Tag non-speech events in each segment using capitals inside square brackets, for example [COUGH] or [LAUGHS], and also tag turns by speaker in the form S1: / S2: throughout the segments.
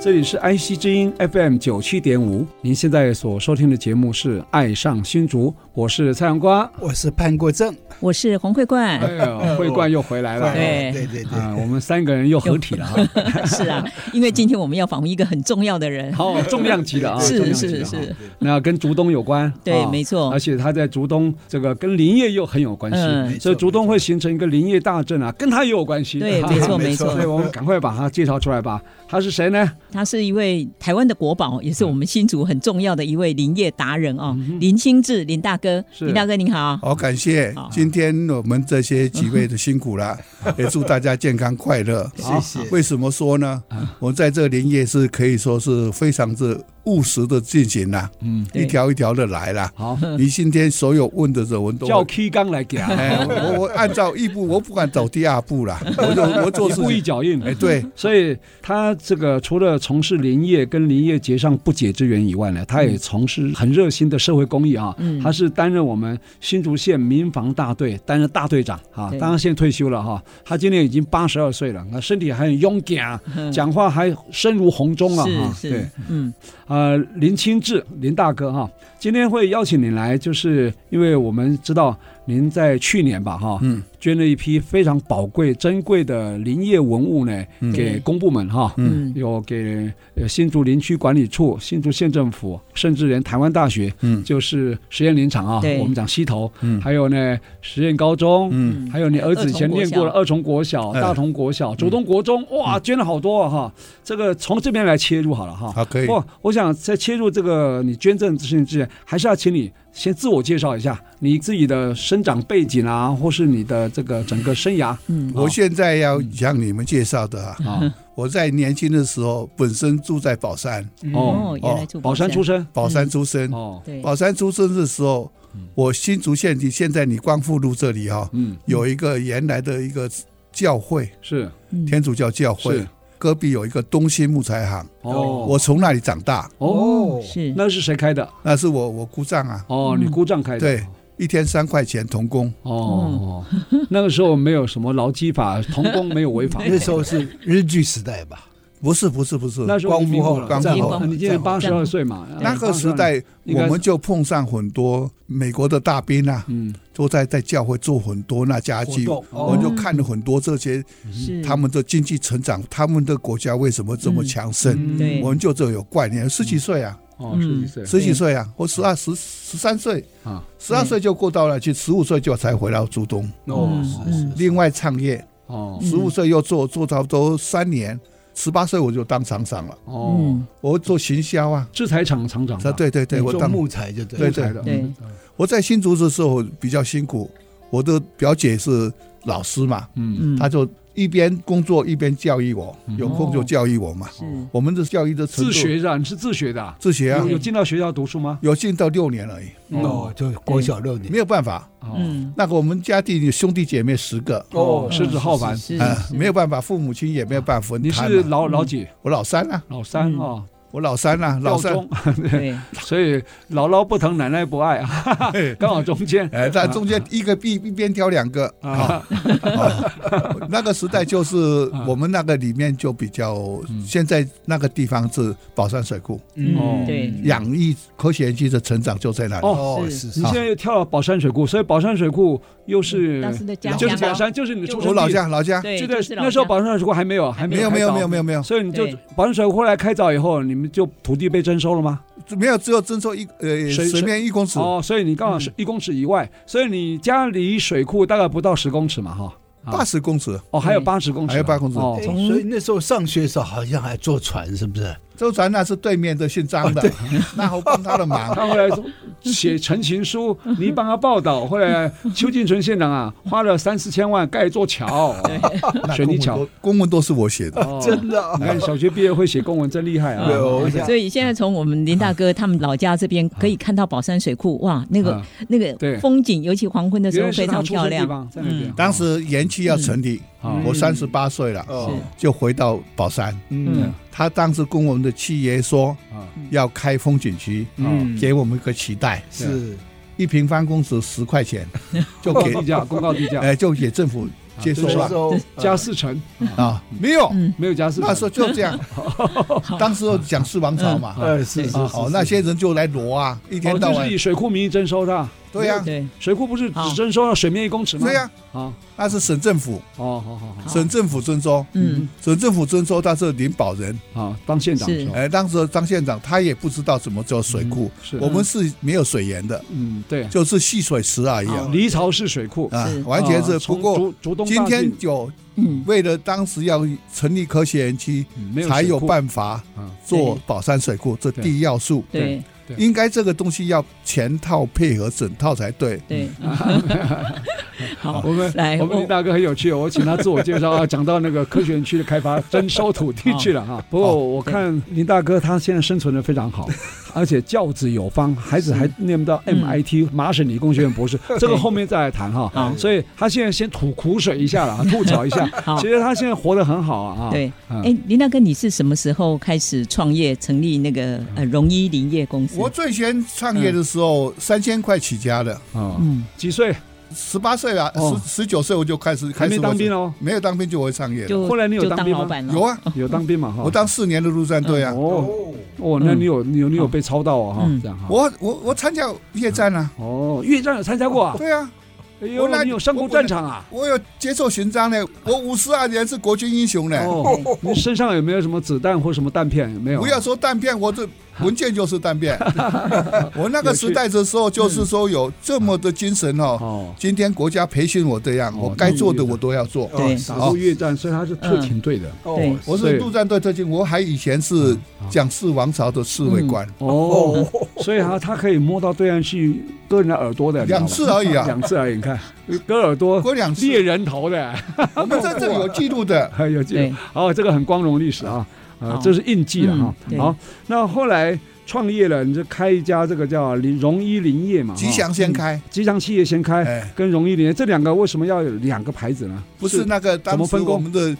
S1: 这里是 IC 之音 FM 九七点五，您现在所收听的节目是《爱上新竹》，我是蔡阳瓜。
S2: 我是潘国正，
S3: 我是洪慧冠
S1: [LAUGHS] 哎呦，慧冠又回来了。
S3: 对
S2: 对对对，
S1: 啊，我们三个人又合体了哈，
S3: [LAUGHS] 是啊，因为今天我们要访问一个很重要的人，
S1: 好重量级的啊，
S3: 是
S1: 重量级
S3: 是
S1: 的
S3: 是
S1: 哈，，那跟竹东有关，
S3: 对，
S1: 啊
S3: 没错
S1: 而，且他在竹东这个跟林业又很有关
S3: 嗯
S1: 系，
S2: 没
S1: 所以
S2: 错
S1: 竹东
S2: 没错
S1: 会形成一个林业大镇啊，跟他也有关系。
S3: 对，
S1: 哈
S3: 没错
S2: 没
S3: 没
S2: 错
S3: 错
S1: 所以，我们赶快把他介绍出来吧。他是谁呢？
S3: 他是一位台湾的国宝，也是我们新竹很重要的一位林业达人哦，林清志林大哥，
S1: 嗯是
S3: 林大哥您好。
S2: 好感谢
S3: 好，
S2: 今天我们这些几位的辛
S3: [LAUGHS]
S2: 苦了，也祝大家健康快乐。
S1: 谢
S2: 谢。为什么说呢？
S3: 啊
S2: 我在这林业是可以说是非常之务实的进行啦，
S1: 嗯，
S3: 对
S2: 一条一条的来啦。
S1: 好，
S2: [LAUGHS] 你今天所有问的人，我都
S1: 叫 K 刚来给啊，
S2: 哎，我我按照一步，我不敢走第二步啦，我就我做
S1: 一
S2: 事
S1: 步一
S2: 情。
S1: 脚印。
S2: 哎，对，
S3: [LAUGHS]
S1: 所以他这个除了从事林业跟林业结上不解之缘以外呢，他也从事很热心的社会公益啊。
S3: 嗯
S1: 他是担任我们新竹县民防大队担任大队长啊
S3: 对，
S1: 当然现在退休了哈、他今年已经八十二岁了，那身体还很勇
S3: [LAUGHS]
S1: 敢，啊讲话还声如洪钟啊。哈
S3: 嗯是
S1: 对
S3: 是，，嗯，
S1: 呃，林清志，林大哥哈，今天会邀请您来，就是因为我们知道您在去年吧哈，
S2: 嗯，
S1: 捐了一批非常宝贵、珍贵的林业文物呢，
S2: 嗯
S1: 给公部门哈。
S3: 嗯
S1: 有给呃新竹林区管理处、新竹县政府，甚至连台湾大学，
S2: 嗯
S1: 就是实验林场啊
S3: 对，
S1: 我们讲西头，
S2: 嗯
S1: 还有呢实验高中，
S2: 嗯，
S1: 还有你儿子以前念过了
S3: 二
S1: 二重国小、
S2: 嗯
S1: 大同国小、竹东国中，哇，捐了好多啊哈！这个从这边来切入好了哈。
S2: 好，可以。
S1: 不，我想在切入这个你捐赠事情之前，还是要请你先自我介绍一下你自己的生长背景啊，或是你的这个整个生涯。
S3: 嗯
S2: 我现在要向你们介绍的啊，
S1: 啊，
S2: 我在年轻的时候本身住在宝山，
S1: 哦
S3: 哦，原来住
S1: 宝山出身
S2: 宝山出生。
S1: 哦，
S3: 对，
S2: 宝山出生的时候，我新竹县的现在你光复路这里哈、哦，
S1: 嗯，
S2: 有一个原来的一个教会，
S1: 是
S3: 嗯
S2: 天主教教会
S1: 是，
S2: 隔壁有一个东兴木材行，
S1: 哦，
S2: 我从那里长大，
S1: 哦，
S3: 是
S1: 那是谁开的？
S2: 那是我我姑丈啊，
S1: 哦，
S3: 嗯
S1: 你姑丈开的。
S2: 对，一天三块钱童工，
S1: 哦，
S3: 嗯
S1: [LAUGHS] 那个时候没有什么劳基法，童工没有违
S2: [LAUGHS]
S1: 法。
S4: 那时候是日据时代吧？
S2: 不是不是不是，
S1: 那时候
S4: 光复后
S1: 了，
S2: 光复
S1: 战
S2: 后
S1: 啊你今年
S2: 战后
S1: 八十二岁嘛？啊
S2: 那个时，代
S1: 应该
S2: 我
S1: 是
S2: 们就碰上很多美国的大兵啊，
S1: 嗯，
S2: 都在在教会做很多那家具，
S4: 活动哦
S2: 我们就看了很多这些
S3: 是
S1: 嗯
S2: 他们的经济成长，他们的国家为什么这么强盛？
S1: 嗯
S3: 对嗯
S2: 我们就这有观念，十几岁啊，
S1: 哦，十几岁，
S2: 十几岁啊，或十二、十十三岁
S1: 啊，
S2: 十二岁就过到了，去十五岁就才回到竹东，
S1: 哦
S3: 嗯
S2: 另外创业，
S1: 哦
S2: 十五岁又做做差不多三年，十八岁我就当厂长了，
S1: 哦，
S3: 嗯
S2: 我做行销啊，
S1: 制裁厂厂长吧，
S2: 对对对，
S1: 嗯
S4: 你
S2: 我
S4: 做
S2: 当
S4: 木材就对
S2: 对
S4: 了。
S1: 制裁的，
S3: 对
S1: 嗯
S2: 我在新竹的时候比较辛苦，我的表姐是老师嘛，
S1: 嗯，
S3: 嗯，
S2: 她就一边工作一边教育我，有空就教育我嘛。
S3: 是
S2: 我们的教育的程度
S1: 哦自学的，你是自学的啊，
S2: 自学啊
S1: 有，有进到学校读书吗？
S2: 有进到六年而已，
S1: 嗯
S4: 哦，就国小六年
S2: 没。有办法。
S1: 哦，
S3: 嗯
S2: 那个我们家弟兄弟姐妹十个，
S1: 哦，狮子浩繁，
S3: 是
S2: 啊，
S3: 是
S2: 没有办法，父母亲也没有办法分
S1: 你
S2: 摊
S1: 是
S2: 嘛。
S1: 老老几？
S2: 我老三啊，
S1: 老三
S3: 嗯
S1: 啊，
S2: 我老三啊，老
S1: 老
S2: 三，
S1: 中，
S3: [LAUGHS] 对
S1: 所以姥姥不疼，奶奶不爱 [LAUGHS] 啊，
S2: [LAUGHS] 哎
S1: 刚好中间
S2: 哎，在中间一个一一边挑两个啊。
S1: 啊， [LAUGHS]
S2: 哦那个时代就是我们那个里面就比较，
S1: 嗯
S2: 现在那个地方是宝山水库，
S3: 嗯对
S2: 养育科学园区的成长就在那里。
S1: 哦
S4: 哦，
S3: 是
S4: 是
S1: 你
S4: 是
S1: 现在又跳到宝山水库，所以宝山水库又是
S3: 嗯当时的家
S1: 就是
S3: 乡
S1: 宝
S3: 啊
S1: 山，就是你的出生
S2: 我
S1: 地
S2: 老家老家
S3: 对，
S1: 就
S3: 就
S1: 在
S3: 是老
S1: 那时候
S3: 乡
S1: 宝山水库还没有，还
S2: 没有没有没有
S1: 有
S2: 没有没有
S1: 所以你就
S3: 对
S1: 宝山水库后来开凿以后，你们就土地被征收了吗？
S2: 没有只有征收一呃
S1: 水
S2: 水面一公尺，
S1: 哦，所以你刚好是
S2: 嗯
S1: 一公尺以外，所以你家离水库大概不到十公尺嘛，哈。啊
S2: 八十公尺，
S1: 哦，还有
S4: 嗯
S1: 八十公尺啊，
S2: 还有8公尺
S1: 哦
S4: 哎，
S1: 从
S4: 所以那时候上学的时候好像还坐船，是不是？
S2: 周传那是对面的姓张
S1: 哦
S2: 的，那我帮他
S1: [LAUGHS]
S2: 的忙。
S1: 他后来写陈情书，你帮他报道。后来邱进纯县长
S4: [LAUGHS]
S1: 啊，花了三四千万盖一座桥，
S2: 那
S1: 水
S2: 公
S1: 泥
S2: 文
S1: 桥
S2: 都。公文都是我写的，
S1: 哦
S4: 真的啊
S1: 你看小学毕业会写公文，真厉害啊！
S3: 嗯
S4: 对我想
S5: 所以现在从我们林大哥他们老家这边可以看到宝山水库，哇，那个
S1: 啊
S5: 那个
S1: 对
S5: 风景，尤其黄昏的时
S1: 原
S5: 候
S1: 来
S5: 非
S1: 是他
S5: 常
S1: 出
S5: 漂
S1: 生地
S5: 亮。嗯
S1: 方在那边。啊
S2: 当时园区要成立，
S1: 嗯
S2: 我三十八岁了，
S4: 哦，
S2: 就回到宝山。
S1: 嗯
S2: 他当时跟我们的契爷说
S5: 嗯
S1: 啊
S2: 要开风景区，
S1: 嗯
S2: 给我们一个期待，
S4: 是
S2: 一平方公尺十块钱，就
S1: 公告 [LAUGHS]
S2: 给
S1: 地价，公告地价
S2: 哎就给政府接
S1: 哦
S2: 收
S1: 啊就
S4: 那时
S2: 了
S4: 候
S1: 加四成，
S2: 啊，没有，
S5: 嗯，
S1: 没有加四成。
S2: 那时候就这样，当时讲四王朝
S6: 嗯
S2: 嘛，
S4: 呃是是是
S2: 啊，好，那些人就来挪啊，一天
S1: 哎哦，
S2: 到
S1: 就
S2: 晚
S1: 是以，水库名义征收的，
S2: 对呀，
S5: 对，
S1: 水库不是
S5: 好
S1: 只征收了水面一公尺吗？
S2: 对呀，
S1: 好，
S2: 那是省政府，
S1: 哦，好好好，
S2: 省政府征收，
S5: 嗯，
S2: 省政府征收，他是领保人，
S1: 好，当县长的时候，
S2: 哎，当时张县长他也不知道怎么做水库，
S1: 嗯是
S2: 我们是没有水源的，
S1: 嗯，对，哦
S2: 就是蓄水池而已啊
S1: 离巢式水库，
S2: 啊
S5: 是，
S2: 完全是。
S1: 啊
S2: 不
S1: 从
S2: 过
S1: 竹竹东
S2: 今
S1: 大
S2: 天
S1: 进
S2: 有
S5: 嗯，
S2: 为了当时要成立科学园区，
S1: 嗯没有
S2: 才
S1: 水
S2: 有
S1: 库
S2: 办法
S1: 啊，
S2: 做宝山水库，这第一要素。
S5: 对
S1: 对
S2: 应该这个东西要全套配合整套才对。
S5: 对，
S3: [LAUGHS]
S5: 好
S1: 啊我，们
S5: 来
S1: 我们林大哥很有趣哦，我请他自我介绍啊， [LAUGHS] 讲到那个科学园区的开 [LAUGHS] 发、征收土地去了啊哈。不过我看林大哥他现在生存的非常 [LAUGHS] 好，而且教子有方，孩子还念到 MIT 麻省理工学院博士，这个后面再来谈哈
S5: 好。
S1: 所以他现在先吐苦水一下了，啊吐槽一 [LAUGHS] 下。
S5: 好
S1: 其实他现在活得很好啊。啊
S5: 对，
S1: 嗯
S5: 哎，林大哥，你是什么时候开始创业，成立那个
S1: 嗯
S5: 呃荣一林业公司
S2: 我？最先创业的时候，三千块起家的，
S1: 啊，
S5: 嗯，
S1: 几岁
S2: 十八岁了，
S1: 哦
S2: 十十九岁我就开始
S1: 还
S2: 开
S1: 没
S2: 始
S1: 当兵
S2: 了，
S1: 哦？
S2: 没有当兵就会创业了。
S5: 就
S1: 后来你有
S5: 就
S1: 当
S5: 当
S1: 兵吗
S5: 老板了？
S2: 有啊，
S1: 有当兵嘛哈？
S2: 我当四年的陆战队啊，
S1: 哦哦，那你有你有你有被操到啊哈
S5: 嗯？
S1: 这样哈。
S2: 我我我参加越战啊，
S1: 哦，越战有参加过啊？
S2: 对啊，
S1: 哎
S2: 我
S1: 呦，
S2: 那
S1: 你有上过战场啊？
S2: 我有接受勋章呢，我五十二年是国军英雄呢。
S1: 哦， [LAUGHS] 你身上有没有什么子弹或什么弹片？有没有？啊
S2: 不要说弹片，我这文件就是
S1: [LAUGHS]
S2: 弹片。我那个时代的时候，就是说有这么的精神哦。
S1: 哦，
S2: 今天国家培训我这样，
S1: 哦
S2: 我该做的我都要做。
S5: 对
S1: 打过越战，所以他是特勤队的。
S5: 对
S4: 哦，
S2: 我是陆战队特勤，我还以前是蒋氏王朝的侍卫官，
S1: 哦，所以他他可以摸到对岸去割人家耳朵的，
S2: 两次而已啊，
S1: 两次而已。你看，割耳朵
S2: 过两次
S1: 猎，人头的， [LAUGHS]
S2: 我们在这里有记录的。
S1: 还有这
S5: 对
S1: 个，哦，这个很光荣历史啊，呃
S5: 好，
S1: 这是印记了哈
S5: 嗯。对
S1: 好，那后来创业了，你就开一家这个叫林荣一林业嘛，哈
S2: 吉祥先开，
S1: 吉祥企业先开，
S2: 哎，
S1: 跟荣一林业这两个为什么要有两个牌子呢？
S2: 不是那个
S1: 怎么
S2: 当时
S1: 分工
S2: 我们的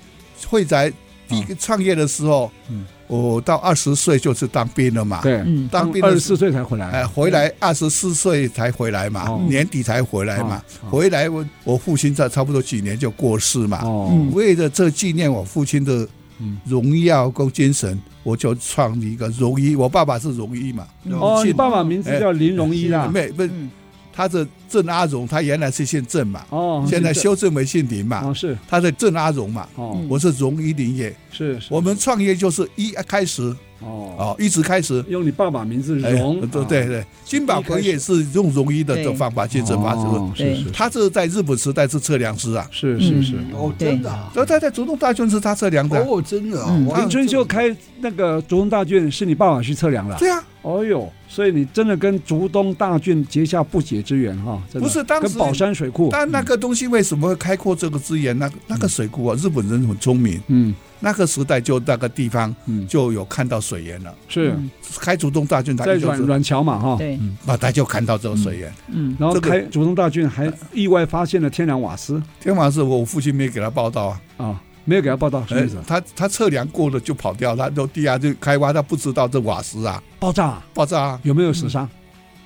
S2: 会宅第一个创业的时候
S1: 哦嗯，
S2: 我到二十岁就是当兵了嘛，
S1: 对，
S5: 嗯，
S2: 当兵
S1: 二
S2: 的
S1: 十
S2: 时
S1: 四岁才回来
S2: 哎，回来二十四岁才回来嘛
S1: 嗯哦，
S2: 年底才回来嘛。回来我我父亲在差不多几年就过世嘛，
S1: 哦，
S5: 嗯
S2: 为了这纪念我父亲的
S1: 嗯
S2: 荣耀跟精神，我就创立一个荣一。我爸爸是荣一嘛，
S1: 哦，
S2: 姓
S1: 你爸爸名
S2: 哎
S1: 字叫林荣一啊啦。
S2: 没不，
S5: 嗯
S2: 他的郑阿荣，他原来是姓郑嘛，
S1: 哦，
S2: 现在
S1: 是这
S2: 修正为姓林嘛，
S1: 哦是
S2: 他的郑阿荣嘛。
S1: 哦
S5: 嗯
S2: 我是荣一林业，
S1: 是是
S2: 我们创业就是一开始
S1: 哦
S2: 哦，一直开始。
S1: 用你爸爸名字
S2: 哎
S1: 荣哦
S2: 对对对，金宝格也是用荣一的这方法去整发植物，
S1: 哦是
S5: 对
S1: 是
S2: 他是在日本时代是测量师啊，
S1: 是是是。
S5: 嗯
S4: 哦，真的啊，
S2: 所以他在竹东大圈是他测量的啊，
S4: 哦，真的啊
S5: 嗯，
S4: 哇
S1: 林春秀开那个竹东大卷是你爸爸去测量了，
S2: 对啊，
S1: 哦呦，所以你真的跟竹东大卷结下不解之缘哈，真的
S2: 不是当时
S1: 跟宝山水库，
S2: 但那个东西为什么会开阔这个资源？那那个水库啊，日本人很聪明，
S1: 嗯
S2: 那个时代就那个地方
S1: 嗯
S2: 就有看到水源了，
S1: 是
S5: 嗯
S2: 开竹东大圈他
S1: 在
S2: 就
S1: 软
S2: 是
S1: 软桥嘛哈，
S5: 对，
S2: 啊，他就看到这个水源。
S5: 嗯
S1: 然后
S2: 这个
S1: 开竹东大卷还意外发现了天然瓦斯
S2: 天王是我父亲没给他报道啊，
S1: 啊，没有给他报道，什么意思
S2: 哎
S1: 啊？
S2: 他他测量过了就跑掉，他就地下就开挖，他不知道这瓦斯啊
S1: 爆炸啊
S2: 爆炸啊，
S1: 有没有死伤？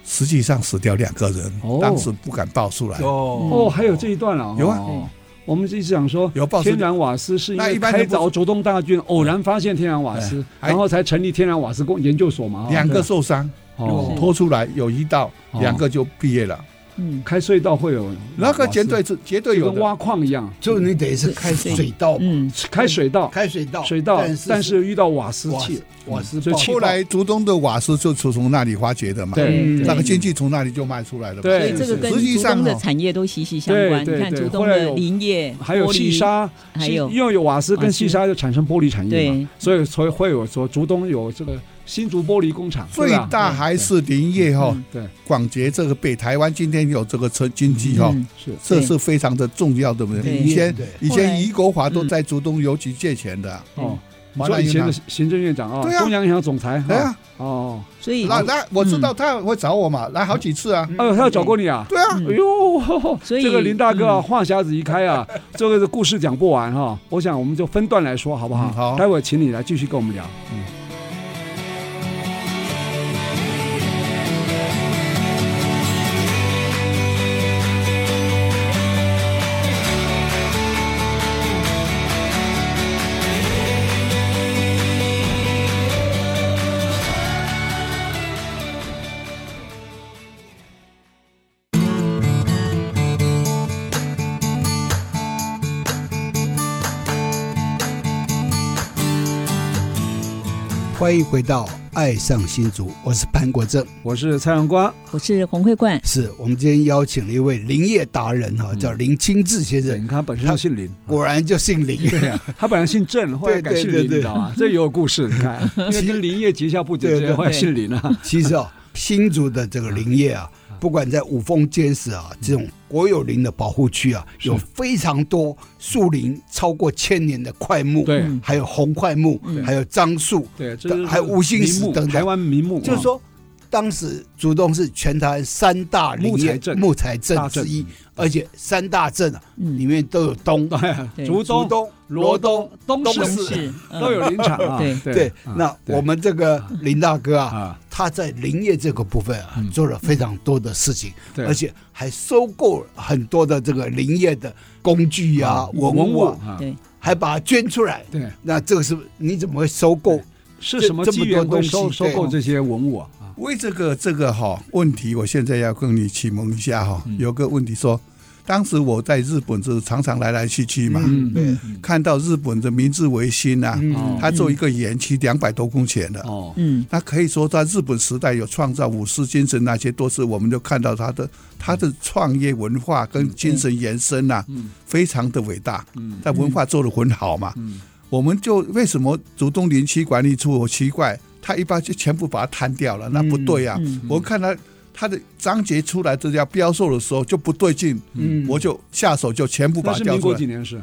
S2: 实际上死掉两个人
S1: 哦，
S2: 当时不敢报出来。
S4: 哦
S1: 哦，还有这一段了哦，
S2: 有啊
S1: 哦我们一直讲说，
S2: 有报纸
S1: 天然瓦斯是因
S2: 那
S1: 为
S2: 一般
S1: 开
S2: 人不
S1: 凿竹东大郡偶然发现天然瓦斯，
S2: 哎
S1: 然后才成立天然瓦斯工研究所嘛。哦
S2: 两个受伤
S1: 哦
S2: 拖出来有一道，
S1: 哦
S2: 两个就毕业了。
S5: 嗯，
S1: 开隧道会有
S2: 那个
S1: 瓦斯
S2: 绝对是绝对
S1: 就
S2: 有
S1: 跟
S2: 的。
S1: 挖矿一样，
S4: 就你等于是开水道嘛，
S5: 嗯，
S1: 开水道，
S4: 开水道，
S1: 水道
S4: 但，是
S1: 但是遇到瓦斯
S4: 瓦
S1: 气嗯
S4: 斯，瓦斯
S1: 所以
S4: 爆
S1: 气
S2: 后来竹东的瓦斯就是从那里发掘的嘛，
S1: 对
S5: 嗯
S2: 那个经济从那里就卖出来了嘛。
S1: 对
S5: 所以这个跟
S2: 实际
S5: 竹
S2: 上
S5: 东的
S2: 哦
S5: 产业都息息相
S1: 对
S5: 关。
S1: 对
S5: 你看
S1: 对
S5: 竹
S1: 后
S5: 东
S1: 来
S5: 的
S1: 有
S5: 林业、
S1: 还有
S5: 玻璃
S1: 细，沙，
S5: 还
S1: 细
S5: 有
S1: 因为有瓦斯跟细沙就产生玻璃产业嘛，
S5: 对，
S1: 所以所以会有说竹东有这个新竹玻璃工厂，
S2: 最
S1: 对吧
S2: 大还是林业哈
S5: 嗯，
S1: 对
S2: 广结这个北台湾今天有这个车经济哈，
S5: 嗯
S1: 是
S2: 这是非常的重要的。
S5: 对
S2: 以前
S4: 对
S2: 以
S5: 后来
S2: 前余国华都在竹东邮局借钱的，啊
S1: 哦，你
S2: 华
S1: 说
S2: 南
S1: 以
S2: 银
S1: 前的
S2: 行。
S1: 行政院长啊，
S2: 对啊
S1: 中央银行总裁，
S2: 对啊，
S1: 哦，
S5: 所以
S2: 那那我知道他会找我嘛，来好几次啊。
S1: 哦，哎，他要找过你啊，
S2: 对啊，
S1: 哎
S5: 嗯
S1: 呦，
S5: 所以
S1: 这个林大哥啊，
S5: 嗯
S1: 话匣子一开啊，这个故事讲不完哈、我想我们就分段来说好不好？
S2: 嗯好
S1: 待会儿请你来继续跟我们聊。
S4: 欢迎回到《爱上新竹》，我是潘国正。
S1: 我是蔡阳瓜，
S5: 我是洪慧冠，
S4: 是我们今天邀请了一位林业达人哈，叫林清志先
S1: 对，
S4: 生，
S1: 你看他本身
S4: 他
S1: 姓嗯林，
S4: 果然就姓林。
S1: 对啊，他本来姓郑，后来改姓林，
S4: 对对
S1: 你
S4: 对
S1: 知道吗？这也有故
S4: [LAUGHS]
S1: 事，你看，因为
S4: 其
S1: 跟林业结下不解，直
S4: 对对
S1: 接后来
S5: 对
S1: 姓林
S4: [LAUGHS]
S1: 啊。
S4: 其实啊，新竹的这个林业啊，不管在五峰街市啊这种国有林的保护区啊，
S1: 嗯是
S4: 有非常多树龄超过千年的块木，
S1: 对
S5: 嗯
S4: 还有红块木
S5: 嗯，
S4: 还有樟树，
S1: 对，这是
S4: 还有吴兴
S1: 名
S4: 石
S1: 目，
S4: 等等
S1: 台湾名目啊，
S4: 就是说。当时竹东是全台湾三大林
S1: 木
S4: 业
S1: 材镇
S4: 木材镇
S1: 大镇嗯
S4: 之一，而且三大镇啊里
S5: 嗯，
S4: 面都有东
S5: 对
S1: 竹
S4: 竹
S1: 东、
S4: 东、罗东。
S1: 东
S4: 东
S1: 市
S4: 市
S5: 是呃
S1: 都有林场啊。
S5: 对
S4: 对，那我们这个林大哥啊，
S1: 啊，
S4: 他在林业这个部分啊
S1: 嗯，
S4: 做了非常多的事情，
S1: 对，
S4: 而且还收购很多的这个林业的工具啊、文
S1: 文
S4: 物啊，
S1: 啊，
S5: 对
S4: 还把它捐出来。
S1: 对，
S4: 那这个是你怎么会收购？
S1: 是
S4: 这
S1: 什么
S4: 这么
S1: 机缘
S4: 多
S1: 会
S4: 东西
S1: 收收
S4: 对
S1: 购这些文物啊？啊
S2: 为这个这个哈、问题，我现在要跟你启蒙一下哈、有个问题说，当时我在日本是常常来来去去嘛，
S1: 嗯，
S4: 对
S2: 看到日本的明治维新啊，
S1: 哦
S4: 嗯，
S2: 它做一个园区两百多公顷的，
S1: 哦，
S5: 嗯
S2: 那可以说在日本时代有创造武士精神，那些都是我们就看到它的它的创业文化跟精神延伸呐、
S1: 嗯
S2: 非常的伟大，
S1: 嗯
S2: 在文化做得很好嘛。
S1: 嗯
S2: 我们就为什么竹东林区管理处我奇怪，他一般就全部把它摊掉了，那不对呀、
S5: 嗯
S2: 我看他他的章节出来这要标售的时候就不对劲，
S4: 嗯
S2: 我就下手就全部把
S1: 那
S2: 它
S1: 是
S2: 调
S1: 民
S2: 出
S1: 国
S2: 来哎
S1: 几。年是？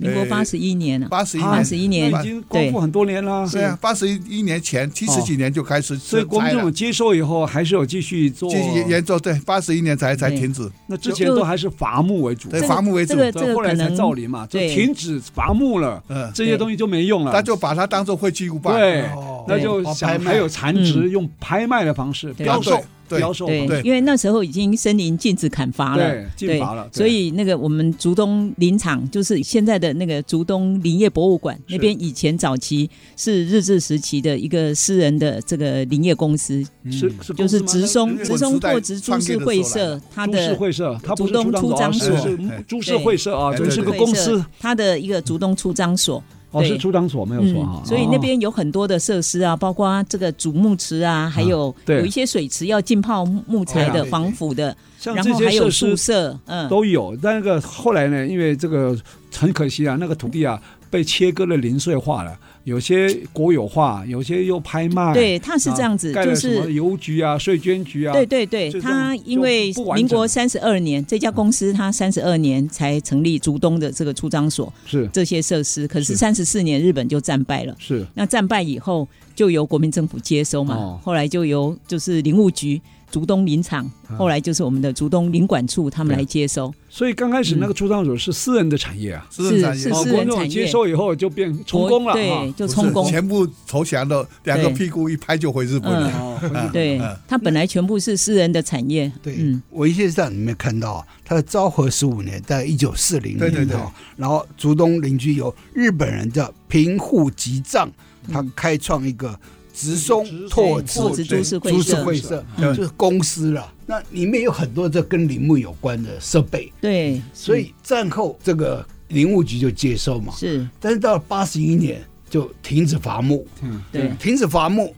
S5: 民国八十一年啊，
S2: 八十一
S1: 啊
S5: 八
S2: 年，
S5: 十一
S1: 那
S5: 年
S1: 已经光复很多年啦。
S2: 对啊，八十一年前七十几年就开始
S1: 哦所以国民
S2: 拆了
S1: 政府接收以后，还是有继续做
S2: 继，续研究，对，八十一年才才
S5: 对
S2: 停止，
S1: 那之前都还是伐木为主，
S2: 对，
S5: 这个
S2: 伐木为主
S5: 嗯这，个
S1: 对
S5: 这个
S1: 后来
S5: 可
S1: 才
S5: 能
S1: 造林嘛，就
S5: 对
S1: 停止伐木了，
S2: 嗯，
S1: 这些东西就没用了。
S2: 他就把它当做会去物吧，
S1: 对
S4: 哦
S1: 那就
S4: 哦
S1: 想
S4: 拍卖
S1: 还有残值，用拍卖的方式
S5: 对
S1: 标售，
S2: 对
S1: 标售嘛，
S5: 对，
S2: 对
S5: 因为那时候已经森林禁止砍伐了。
S1: 对，禁伐了，对
S5: 所以那个我们竹东林场，就是现在的那个竹东林业博物馆那边，以前早期是日治时期的一个私人的这个林业公司，
S1: 是是
S5: 就
S1: 公司
S5: 是
S1: 吗
S5: 植松
S2: 那是
S5: 植松拓殖株式会社，它
S1: 株式
S5: 啊的
S1: 会社，它不是
S5: 竹东
S1: 出
S5: 出
S1: 张
S5: 张
S1: 所，
S2: 所
S1: 是
S2: 哎
S1: 株式会社啊，
S2: 哎
S1: 这是
S2: 对
S1: 个
S2: 对
S1: 公司，，
S5: 它的一个竹东出张所，
S1: 哦，
S5: 对嗯
S1: 是出张所没有错哈。
S5: 所以那
S1: 哦
S5: 边有很多的设施啊，包括这个竹木池啊，还有
S1: 对哎
S5: 有一些水池要浸泡木
S1: 对
S5: 材
S4: 啊
S5: 的、防腐的，
S1: 像
S5: 然
S1: 这
S5: 后
S1: 些
S5: 还有
S1: 设
S5: 宿
S1: 施
S5: 舍，嗯，
S1: 都有，但那个后来呢，因为这个很可惜啊，那个土地啊被切割了零碎化了，有些国有化，有些又拍卖，啊，
S5: 对，它是这样子，
S1: 盖
S5: 就
S1: 了什么
S5: 是。
S1: 邮局啊、税捐局啊，
S5: 对对对
S1: 就，这种
S5: 它因为
S1: 就不完整
S5: 民国三十二年，这家公司它三十二年才成立竹东的这个出张所
S1: 是
S5: 这些设施，可
S1: 是
S5: 是三十四年日本就战败了。
S1: 是
S5: 那战败以后，就由国民政府接收嘛，
S1: 哦
S5: 后来就由就是林务局竹东林场，后来就是我们的竹东林管处他们
S1: 对
S5: 来接收。
S1: 所以刚开始
S5: 嗯
S1: 那个出张所是私人的产业啊，
S2: 私人产
S5: 是
S2: 业
S1: 哦，
S5: 嗯私
S1: 国
S5: 人
S1: 政府
S5: 产业
S1: 接收以后就变充公了啊
S5: 对，，就充
S2: 不
S5: 公
S2: 是。全部投降了，两个
S5: 对
S2: 屁股一拍就回日本了。
S1: 哦，回去
S5: 对
S2: 嗯，
S5: 它本来全部是私人的产业。
S4: 对
S5: 嗯，
S4: 文献上里面看到啊，他在昭和十五年，在一九四零年
S2: 对对对
S4: 哈然后竹东邻居有日本人叫平户吉藏，他开创一个植松拓
S5: 嗯拓
S4: 植
S5: 植株式会
S4: 株式
S5: 社，
S4: 会社，
S2: 嗯
S4: 就是公司了。那里面有很多这跟林木有关的设备，
S5: 对，
S4: 所以战后这个林务局就接收嘛，
S5: 是
S4: 但是到八十一年就停止伐木，
S1: 嗯，
S5: 对，
S4: 停止伐木，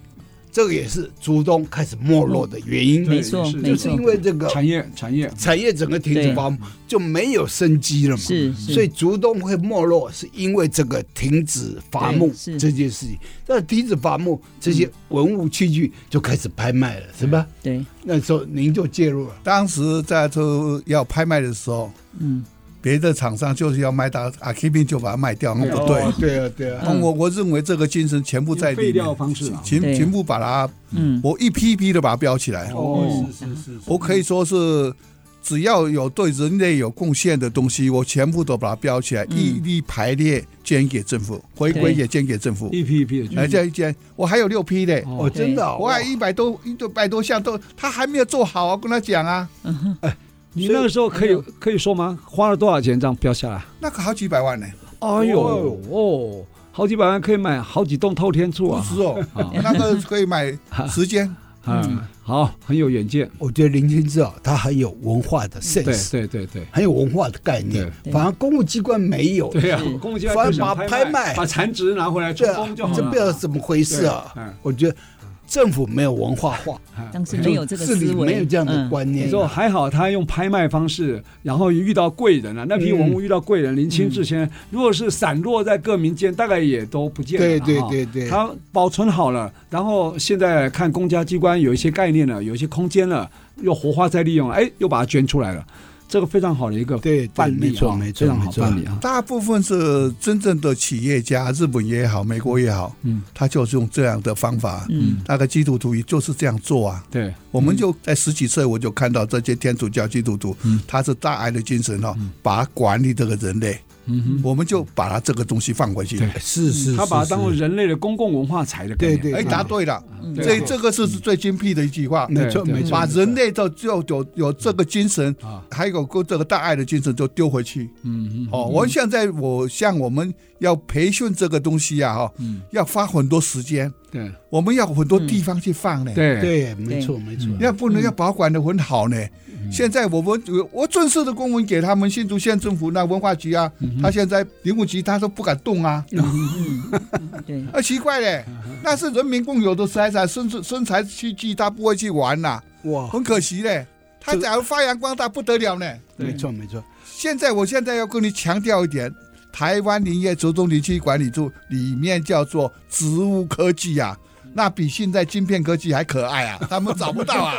S4: 这个也是竹东开始没落的原因，
S5: 没错
S1: 是
S5: 没
S4: 就
S5: 错
S4: 是因为这个
S1: 产业产业
S4: 产业整个停止伐木就没有生机了嘛，
S5: 是是
S4: 所以竹东会没落，是因为这个停止伐木
S5: 对是
S4: 这件事情。那停止伐木，这些文物器具就开始拍卖了，是吧？
S5: 对，
S4: 那时候您就介入了，
S2: 当时在都要拍卖的时候，
S5: 嗯，
S2: 别的厂商就是要卖到啊 k i p i n 就把它卖掉，那不对。
S4: 对啊，对啊，
S5: 嗯
S2: 那我我认为这个精神全部在
S1: 用废
S2: 里
S1: 料
S2: 面，
S1: 方式啊
S2: 全
S5: 对
S2: 全部把它，
S5: 嗯，
S2: 我一批一批的把它标起来。
S1: 哦
S4: 是是是，
S2: 我可以说是，只要有对人类有贡献的东西，我全部都把它标起来，
S5: 嗯
S2: 一律排列捐给政府，回
S5: 对
S2: 归也捐给政府。
S1: 一批一批的
S2: 来
S1: 捐，
S2: 这一间，我还有六批嘞，
S4: 哦，
S1: 哦，
S4: 真的啊，
S2: 我
S4: 哇
S2: 还一百多一百多项都，他还没有做好啊，跟他讲啊，
S1: 你那个时候可以
S5: 嗯
S1: 可以说吗？花了多少钱这样标下来？
S2: 那个好几百万呢，
S1: 哎呦哦，好几百万可以买好几栋透天厝
S2: 不
S1: 啊！
S2: 止哦，
S1: 啊
S2: 那个可以买
S1: [LAUGHS]
S2: 时间，
S1: 嗯，好，很有远见，
S4: 我觉得林清志啊，他很有文化的
S1: 对
S4: sense，
S1: 对对对
S4: 很有文化的概念，反而公务机关没有，
S1: 对啊
S5: 是！
S1: 公鸡要
S4: 反而
S1: 想
S4: 把
S1: 拍
S4: 拍卖
S1: 把残值拿回来
S4: 对
S1: 充
S4: 啊
S1: 公就好，
S4: 这
S1: 了。
S4: 不知道怎么回事啊
S1: 对嗯！
S4: 我觉得政府没有文化化，
S5: 当时没有这个
S4: 治理
S5: 思维，
S4: 没有这样的
S5: 嗯
S4: 观
S1: 哎你
S4: 念
S1: 说
S4: 啊。
S1: 还好，他用拍卖方式，然后遇到贵人啊了、那批
S4: 嗯
S1: 文物遇到贵人，林清志先生，如果是散落在各民间，大概也都不见了
S4: 对
S1: 了。
S4: 对
S1: 哈
S4: 对对
S1: 他保存好了，然后现在看公家机关有一些概念了，有一些空间了，又活化再利用了，哎，又把它捐出来了，这个非常好的一个
S4: 对对
S1: 范例啊
S4: 没错没错
S1: 非常好
S4: 没错
S1: 办理啊。
S2: 大部分是真正的企业家，日本也好，美国也好，
S1: 嗯，
S2: 他就是用这样的方法，
S5: 嗯，
S2: 那个基督徒也就是这样做啊。
S1: 对，
S2: 我们就在十几岁我就看到这些天主教基督徒，
S1: 嗯
S2: 他是大爱的精神哦，把它管理这个人类，
S1: 嗯
S2: 我们就把它这个东西放回去。
S1: 对
S4: 是是
S1: 哼，他把它
S4: 是
S1: 当做
S4: 是
S1: 人类的公共文化财的概念。
S4: 对
S2: 哎，
S4: 对
S2: 答对了，
S1: 嗯对
S2: 这这个是最精辟的一句话。
S4: 没错
S1: 对
S4: 没错，
S2: 把
S4: 没错
S2: 人类的就有有这个精神
S1: 啊，
S2: 还有这个大爱的精神，就丢回去。
S1: 嗯嗯，
S2: 哦，我现在我像我们要培训这个东西啊，哈
S1: 嗯，
S2: 要花很多时间，
S1: 对
S2: 我们要很多地方去放呢。，
S1: 对，
S4: 对，没错没错，
S2: 要不能要保管的很好呢。
S1: 嗯
S2: 现在我们我我正式的公文给他们新竹县政府那文化局啊，
S1: 嗯
S2: 他现在林务局他都不敢动啊，
S1: 嗯
S2: [LAUGHS]
S5: 对，
S2: 啊奇怪嘞，那是人民共有的财产，生生财器具他不会去玩呐，
S1: 哦
S4: 哇，
S2: 很可惜嘞。他假如发扬光大不得了呢。
S4: 没错没错，
S2: 现在我现在要跟你强调一点，台湾林业竹中林区管理处里面叫做植物科技啊，那比现在晶片科技还可爱
S1: [LAUGHS]
S2: 啊，他们找不到啊。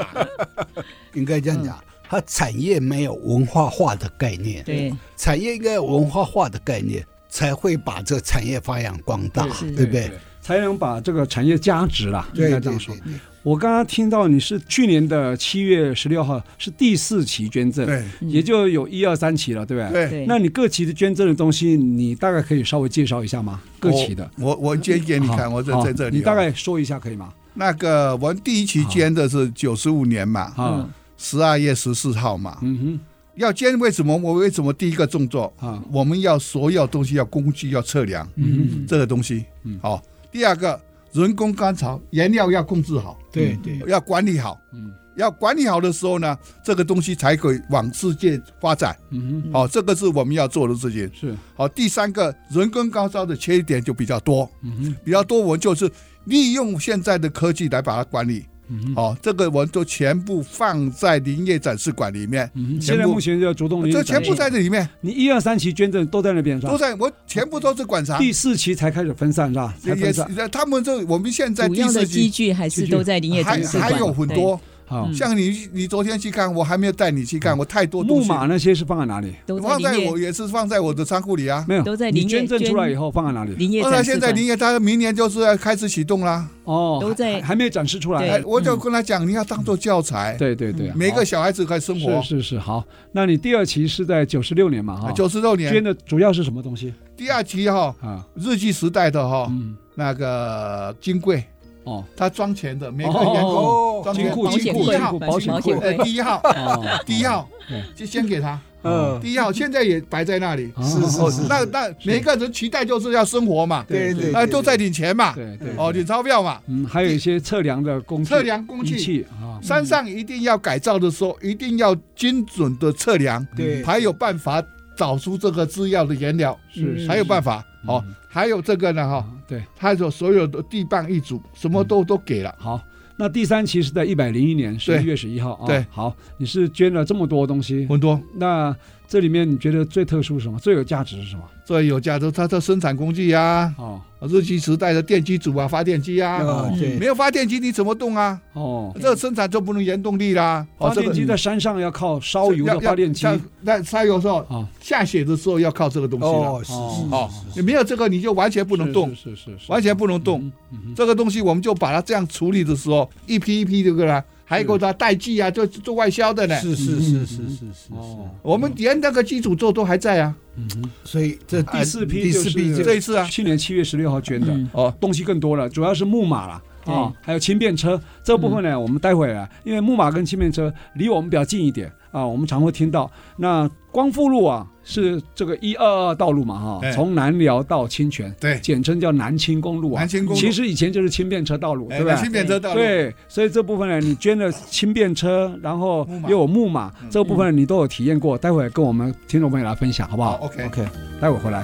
S4: 应该这样讲。它产业没有文化化的概念，
S5: 对，
S4: 产业应该有文化化的概念，才会把这个产业发扬光大，
S5: 是
S4: 对不对？？
S1: 才能把这个产业价值啦，应该这样说。
S4: 对
S1: 我刚刚听到你是去年的七月十六号是第四期捐赠，
S2: 对
S1: 也就有一二三期了，对不对？
S2: 对，
S5: 对，
S1: 那你各期的捐赠的东西，你大概可以稍微介绍一下吗？各期的，
S2: 我我捐哦给你
S1: 好
S2: 看，我在
S1: 好
S2: 在这里哦。嗯
S1: 你大概说一下可以吗？
S2: 那个我们第一期捐的是九十五年嘛，
S1: 啊，
S2: 十二月十四号嘛。
S1: 嗯
S2: 要捐为什么？我为什么第一个动作？
S1: 哼，啊，
S2: 我们要所有东西要工具要测量
S1: 嗯
S2: 这个东西。好，第二个人工干草原料要控制好。
S4: 对对，
S2: 要管理好。
S1: 嗯
S2: 要管理好的时候呢，这个东西才可以往世界发展。
S1: 嗯
S2: 好、这个是我们要做的事情
S1: 哼，。是，
S2: 好、第三个，人工高烧的缺点就比较多，
S1: 嗯哼，
S2: 比较多，我们就是利用现在的科技来把它管理。
S1: 嗯
S2: 好、这个我们都全部放在林业展示馆里面，
S1: 嗯哼。
S2: 全
S1: 现在
S2: 部
S1: 目前就竹东林
S2: 这全部在这里面，
S1: 你一二三期捐赠都在那边是吧
S2: 都？在我全部都是馆藏。
S1: 第四期才开始分散是吧？才
S2: 也
S1: 分散，
S2: 他们这我们现在
S5: 主
S2: 第
S5: 要的
S2: 四
S5: 机
S2: 级
S5: 具还是都在林业
S2: 还
S5: 展示馆，
S2: 还有很
S5: 对
S2: 多，
S1: 好
S5: 嗯，
S2: 像你你昨天去看，我还没有带你去看，我太多东
S1: 木
S2: 西了。
S1: 马那些是放在哪里？
S5: 都在
S2: 放在
S5: 林
S2: 我
S5: 业
S2: 也是放在我的仓库里啊。
S1: 没有，
S5: 都在
S1: 你
S5: 林业
S1: 捐赠出来
S5: 捐
S1: 以后放在哪里？
S5: 林业
S2: 后
S5: 展示
S2: 来
S5: 馆，
S2: 现在林业，他明年就是要开始启动啦。
S1: 哦，
S5: 都在
S1: 还还没有展示出
S5: 对嗯
S1: 来。
S2: 哎，我就跟他讲，你要当做教材，
S1: 嗯对对对，
S2: 每
S1: 好
S2: 个小孩子可以生活哎
S1: 是。是是好。那你第二期是在九十六年嘛？哈，
S2: 九十六
S1: 捐
S2: 年
S1: 的主要是什么东西
S2: 第二期哈，
S1: 啊？
S2: 日据时代的哈，
S1: 嗯，
S2: 那个金柜，
S1: 哦，
S2: 他装钱的，每个
S1: 哦
S2: 员工
S4: 哦
S2: 装
S1: 金
S2: 钱
S1: 库
S2: 保
S1: 金
S2: 险
S1: 库
S2: 柜
S1: 金库
S5: 保
S1: 保
S5: 险
S1: 险
S5: 柜
S1: 柜
S2: 哎 [LAUGHS] 呃第一号
S1: 哦，
S2: 第一号
S1: 对
S2: 就先给他，
S7: 嗯，
S2: 第一号现在也摆在那里。
S1: 是
S2: 哦，那那每个人期待就是要生活嘛，
S7: 对对
S4: 哎
S2: 啊，都在领钱嘛，
S1: 对对
S2: 哦，领钞票嘛，
S1: 嗯，还有一些测量的工具、
S2: 测量工
S1: 仪
S2: 具。
S1: 器啊，
S2: 山上一定要改造的时候，一定要精准的测量，
S7: 对，
S2: 才有办法找出这个制药的原料，
S1: 是是
S2: 才有办法。
S1: 嗯
S2: 哦，还有这个呢，哈，
S1: 啊对，
S2: 他有所有的地磅一组，什么都都给了。
S1: 好。那第三期是在一百零一年十
S2: 对
S1: 一月十一号啊。
S2: 对
S1: 好，你是捐了这么多东西，
S2: 很多，
S1: 那这里面你觉得最特殊是什么？最有价值是什么？
S2: 所以有价值，它的生产工具呀、
S1: 哦
S2: 日据时代的电机组啊、发电机啊，
S7: 嗯对
S2: 没有发电机你怎么动啊？
S1: 哦，
S2: 这个生产就不能原动力啦。哦
S1: 发电机
S2: 的
S1: 在山上要靠烧油的发电机。
S2: 那烧油的时候
S1: 啊
S2: 下雪的时候要靠这个东西了。
S4: 哦，是
S1: 哦
S2: 哦，你没有这个你就完全不能动，
S1: 是是是是，
S2: 完全不能动。
S1: 嗯嗯哼
S2: 这个东西我们就把它这样处理的时候，一批一批这个啦，还给它代寄啊，就做外销的呢。
S4: 是是是是是是是，
S1: 哦，
S2: 我们连那个基础做都还在啊，
S1: 嗯哼
S4: 所以这
S1: 第四批
S4: 第
S1: 就
S4: 四
S1: 是
S4: 批就
S2: 这一次啊，
S1: 去年七月十六号捐的
S5: 嗯，
S1: 哦，东西更多了，主要是木马啦。啊、还有轻便车这部分呢，我们待会儿啊，因为木马跟轻便车离我们比较近一点啊，我们常会听到。那光复路啊，是这个一二二道路嘛，哈、
S2: 哎
S1: 从南寮到清泉，
S2: 对
S1: 简称叫南清公路啊。
S2: 南清公路
S1: 其实以前就是轻便车道路，对
S2: 哎
S1: 不对？
S2: 那轻便车道路，
S1: 对，所以这部分呢，你捐了轻便车，然后
S2: 木马嗯
S1: 又有木马，这部分你都有体验过，待会儿跟我们听众朋友来分享，好不
S2: 好
S1: 好？
S2: ，OK。
S1: OK，待会儿回来。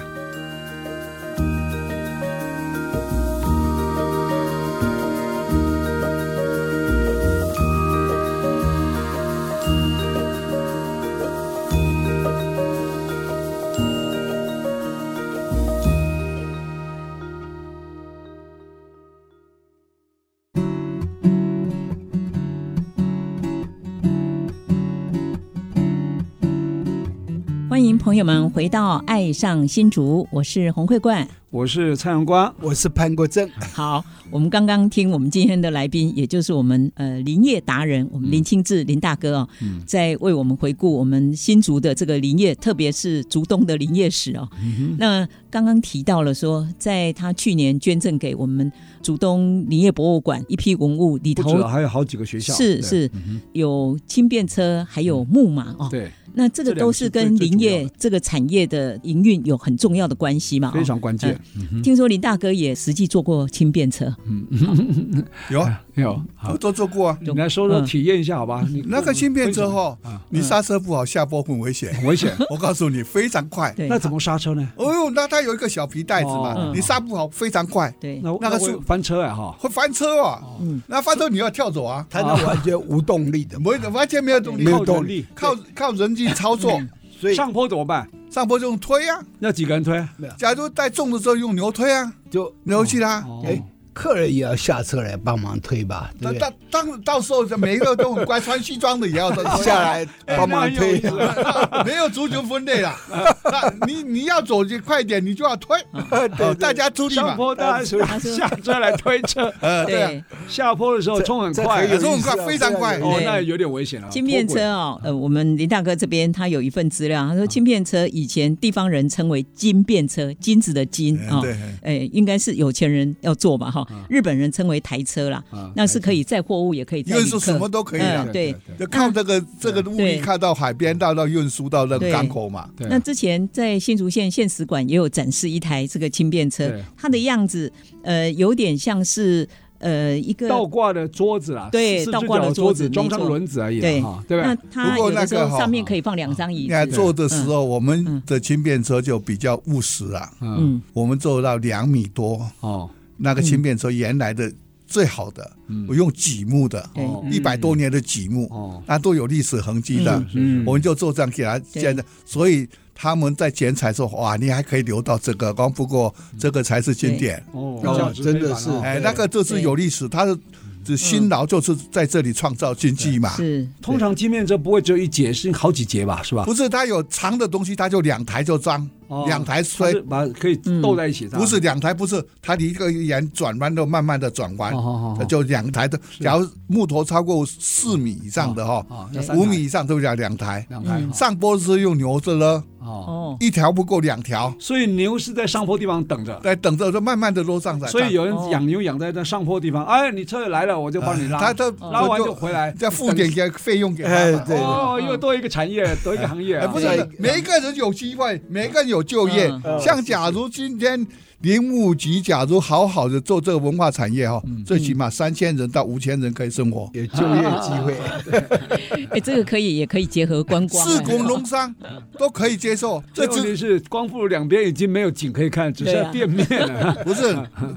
S5: 欢迎朋友们回到《爱上新竹》，我是洪
S1: [LAUGHS]
S5: 慧冠。
S1: 我是蔡阳光，
S4: 我是潘国正，
S5: 好，我们刚刚听我们今天的来宾，也就是我们呃林业达人，
S1: 嗯
S5: 我们林清志、林大哥哦，在为我们回顾我们新竹的这个林业，特别是竹东的林业史哦。
S1: 嗯
S5: 那刚刚提到了说，在他去年捐赠给我们竹东林业博物馆一批文物里
S1: 不止啊
S5: 头，
S1: 还有好几个学校，
S5: 是
S1: 对，嗯
S5: 是、有轻便车，还有木马哦。
S1: 对，
S5: 那这个
S1: 这两
S5: 都
S1: 个
S5: 是
S1: 是最
S5: 跟
S1: 最
S5: 林
S1: 主要
S5: 业
S1: 的
S5: 这个产业的营运有很重要的关系嘛、哦？
S1: 非常关键
S5: 嗯。听说林大哥也实际坐过轻便车，
S2: 有啊，
S1: 有
S5: 嗯
S1: 好
S2: 我，都做过啊。
S1: 哎你来说说体验一下好吧？你
S2: 那个轻便车
S1: 后
S2: 哈，你刹车不好，下坡很危险。
S1: [LAUGHS] 危险，
S2: 我告诉你，非常快。
S5: 对，
S1: 那怎么刹车呢？
S2: 哦呦，那它有一个小皮带子
S1: 哦
S2: 嘛，你刹不好，非常快，
S5: 对，
S1: 那
S2: 那个
S1: 会
S2: 是
S1: 翻车哎哈，
S2: 会翻车啊
S5: 嗯。
S2: 那翻车你要跳走啊，
S4: 他那完全无动力的，
S2: 没完全没有动力
S4: 没，有
S1: 靠
S4: 动
S1: 人力，
S2: 靠靠人机操作，
S4: 所以
S1: 上坡怎么办？
S2: 上坡就用推啊。
S1: 要几个人推？
S2: 假如带重的时候用牛推啊，
S4: 就
S2: 牛去啦。
S1: 哦
S4: 哎，客人也要下车来帮忙推吧，对
S2: 那
S4: 不对
S2: 到？当到时候每一个都很乖，穿西装的也要
S4: 下来帮忙推，
S2: [LAUGHS] 没有族群分类啦。那你你要走就快点，你就要推，哦大家出
S1: [LAUGHS]
S2: 力
S1: 上
S2: 嘛。
S1: 坡大家属于下车来推 [LAUGHS] 车，
S2: 呃，对啊，
S5: 对，
S1: 下坡的时候冲很快
S2: 这可以有
S1: 啊，
S2: 时候很快非常快
S1: 哦，
S5: 对
S1: 那有点危险了。
S5: 轻便
S1: 脱
S5: 车
S1: 轨
S5: 哦，呃，我们林大哥这边他有一份资料，他说轻便车以前地方人称为金便车，金子的金啊。
S2: 嗯对，啊
S5: 哎，应该是有钱人要坐吧，哈、日本人称为台车啦，
S1: 啊
S5: 那是可以载货物，也可以
S2: 因
S5: 载
S2: 为
S5: 旅
S2: 是
S5: 客。
S2: 什么都可以啦
S5: 嗯，对
S2: 就靠这个这个物力
S5: 对，
S2: 靠到海边，到到运输到那个港口嘛。
S1: 对啊
S5: 那之前在新竹县县史馆也有展示一台这个轻便车
S1: 对，
S5: 它的样子呃有点像是呃一个
S1: 倒挂的桌子啦，
S5: 对
S1: 四四
S5: 倒
S1: 只
S5: 挂的
S1: 脚
S5: 桌
S1: 子
S5: 子
S1: 装
S5: 没
S1: 上
S5: 错
S1: 轮子而已
S5: 对
S1: 啦哈，对
S5: 那
S1: 吧？
S5: 它
S2: 不过
S5: 有
S2: 那个
S5: 的时候
S2: 哈
S5: 上面可以放两张椅
S2: 你
S5: 子，嗯
S2: 看做的时候，我们的轻便车就比较务实啊，
S1: 嗯，
S5: 嗯，
S2: 我们做到两米多，
S1: 哦，
S2: 那个轻便车原来的最好的，我用榉木的，
S5: 对，嗯
S1: 哦
S2: 一百多年的榉木，
S1: 哦，
S2: 那都有历史痕迹的。
S1: 嗯
S2: 我们就做这样给他
S5: 对
S2: 建的，所以他们在剪彩的时候，哇，你还可以留到这个，光不过这个才是经典。
S1: 哦
S4: 哦
S1: 价值
S4: 真的
S1: 非凡
S4: 是
S1: 哦
S2: 哎，
S4: 对
S2: 那个这是有历史，他的这辛劳就是在这里创造经济嘛。
S5: 是
S1: 通常金面车不会只有一节，是好几节吧，是吧？
S2: 不是他有长的东西，他就两台就装
S1: 哦，
S2: 两台
S1: 它是
S2: 摔，
S1: 把可以斗在一起，
S2: 不是两台，不是他离这个圆转弯都慢慢的转弯呃
S1: 哦哦哦哦，
S2: 就两台的。假如木头超过四米以上的哈，嗯
S1: 啊
S5: 对
S2: 五米以上都叫两台。
S1: 两台
S2: 上坡是用牛子了，
S1: 啊哦，
S5: 哦，
S2: 一条不够两条，
S1: 所以牛是在上坡地方等着。
S2: 在等着就慢慢的落上来。
S1: 所以有人
S5: 哦
S1: 养牛养在那上坡地方，哎，你车来了，我就帮你拉，
S2: 哦他呃他
S1: 拉完就
S2: 我
S1: 回来，
S2: 再付点给费用给他
S4: 哎
S2: 嘛。
S4: 对
S1: 哦，又多一个产业，多一个行业
S2: 哎，
S1: 啊，
S2: 不
S4: 对
S2: 是，每一个人有机会，每一个人有就业
S5: 嗯。
S4: 嗯
S2: 像假如今天零五级，假如好好的做这个文化产业哈，最起码三千人到五千人可以生活。
S4: 有就业机
S1: [LAUGHS]
S4: 会，
S5: 哎，这个可以，也可以结合观光，
S4: 啊
S2: 四
S5: 哎
S2: 工农商都可以接
S4: 嗯
S2: 受，这
S1: 最问
S2: 只
S1: 题是光复两边已经没有景可以看，只剩
S5: 对
S1: 下
S5: 啊
S1: 店面了。
S2: 不是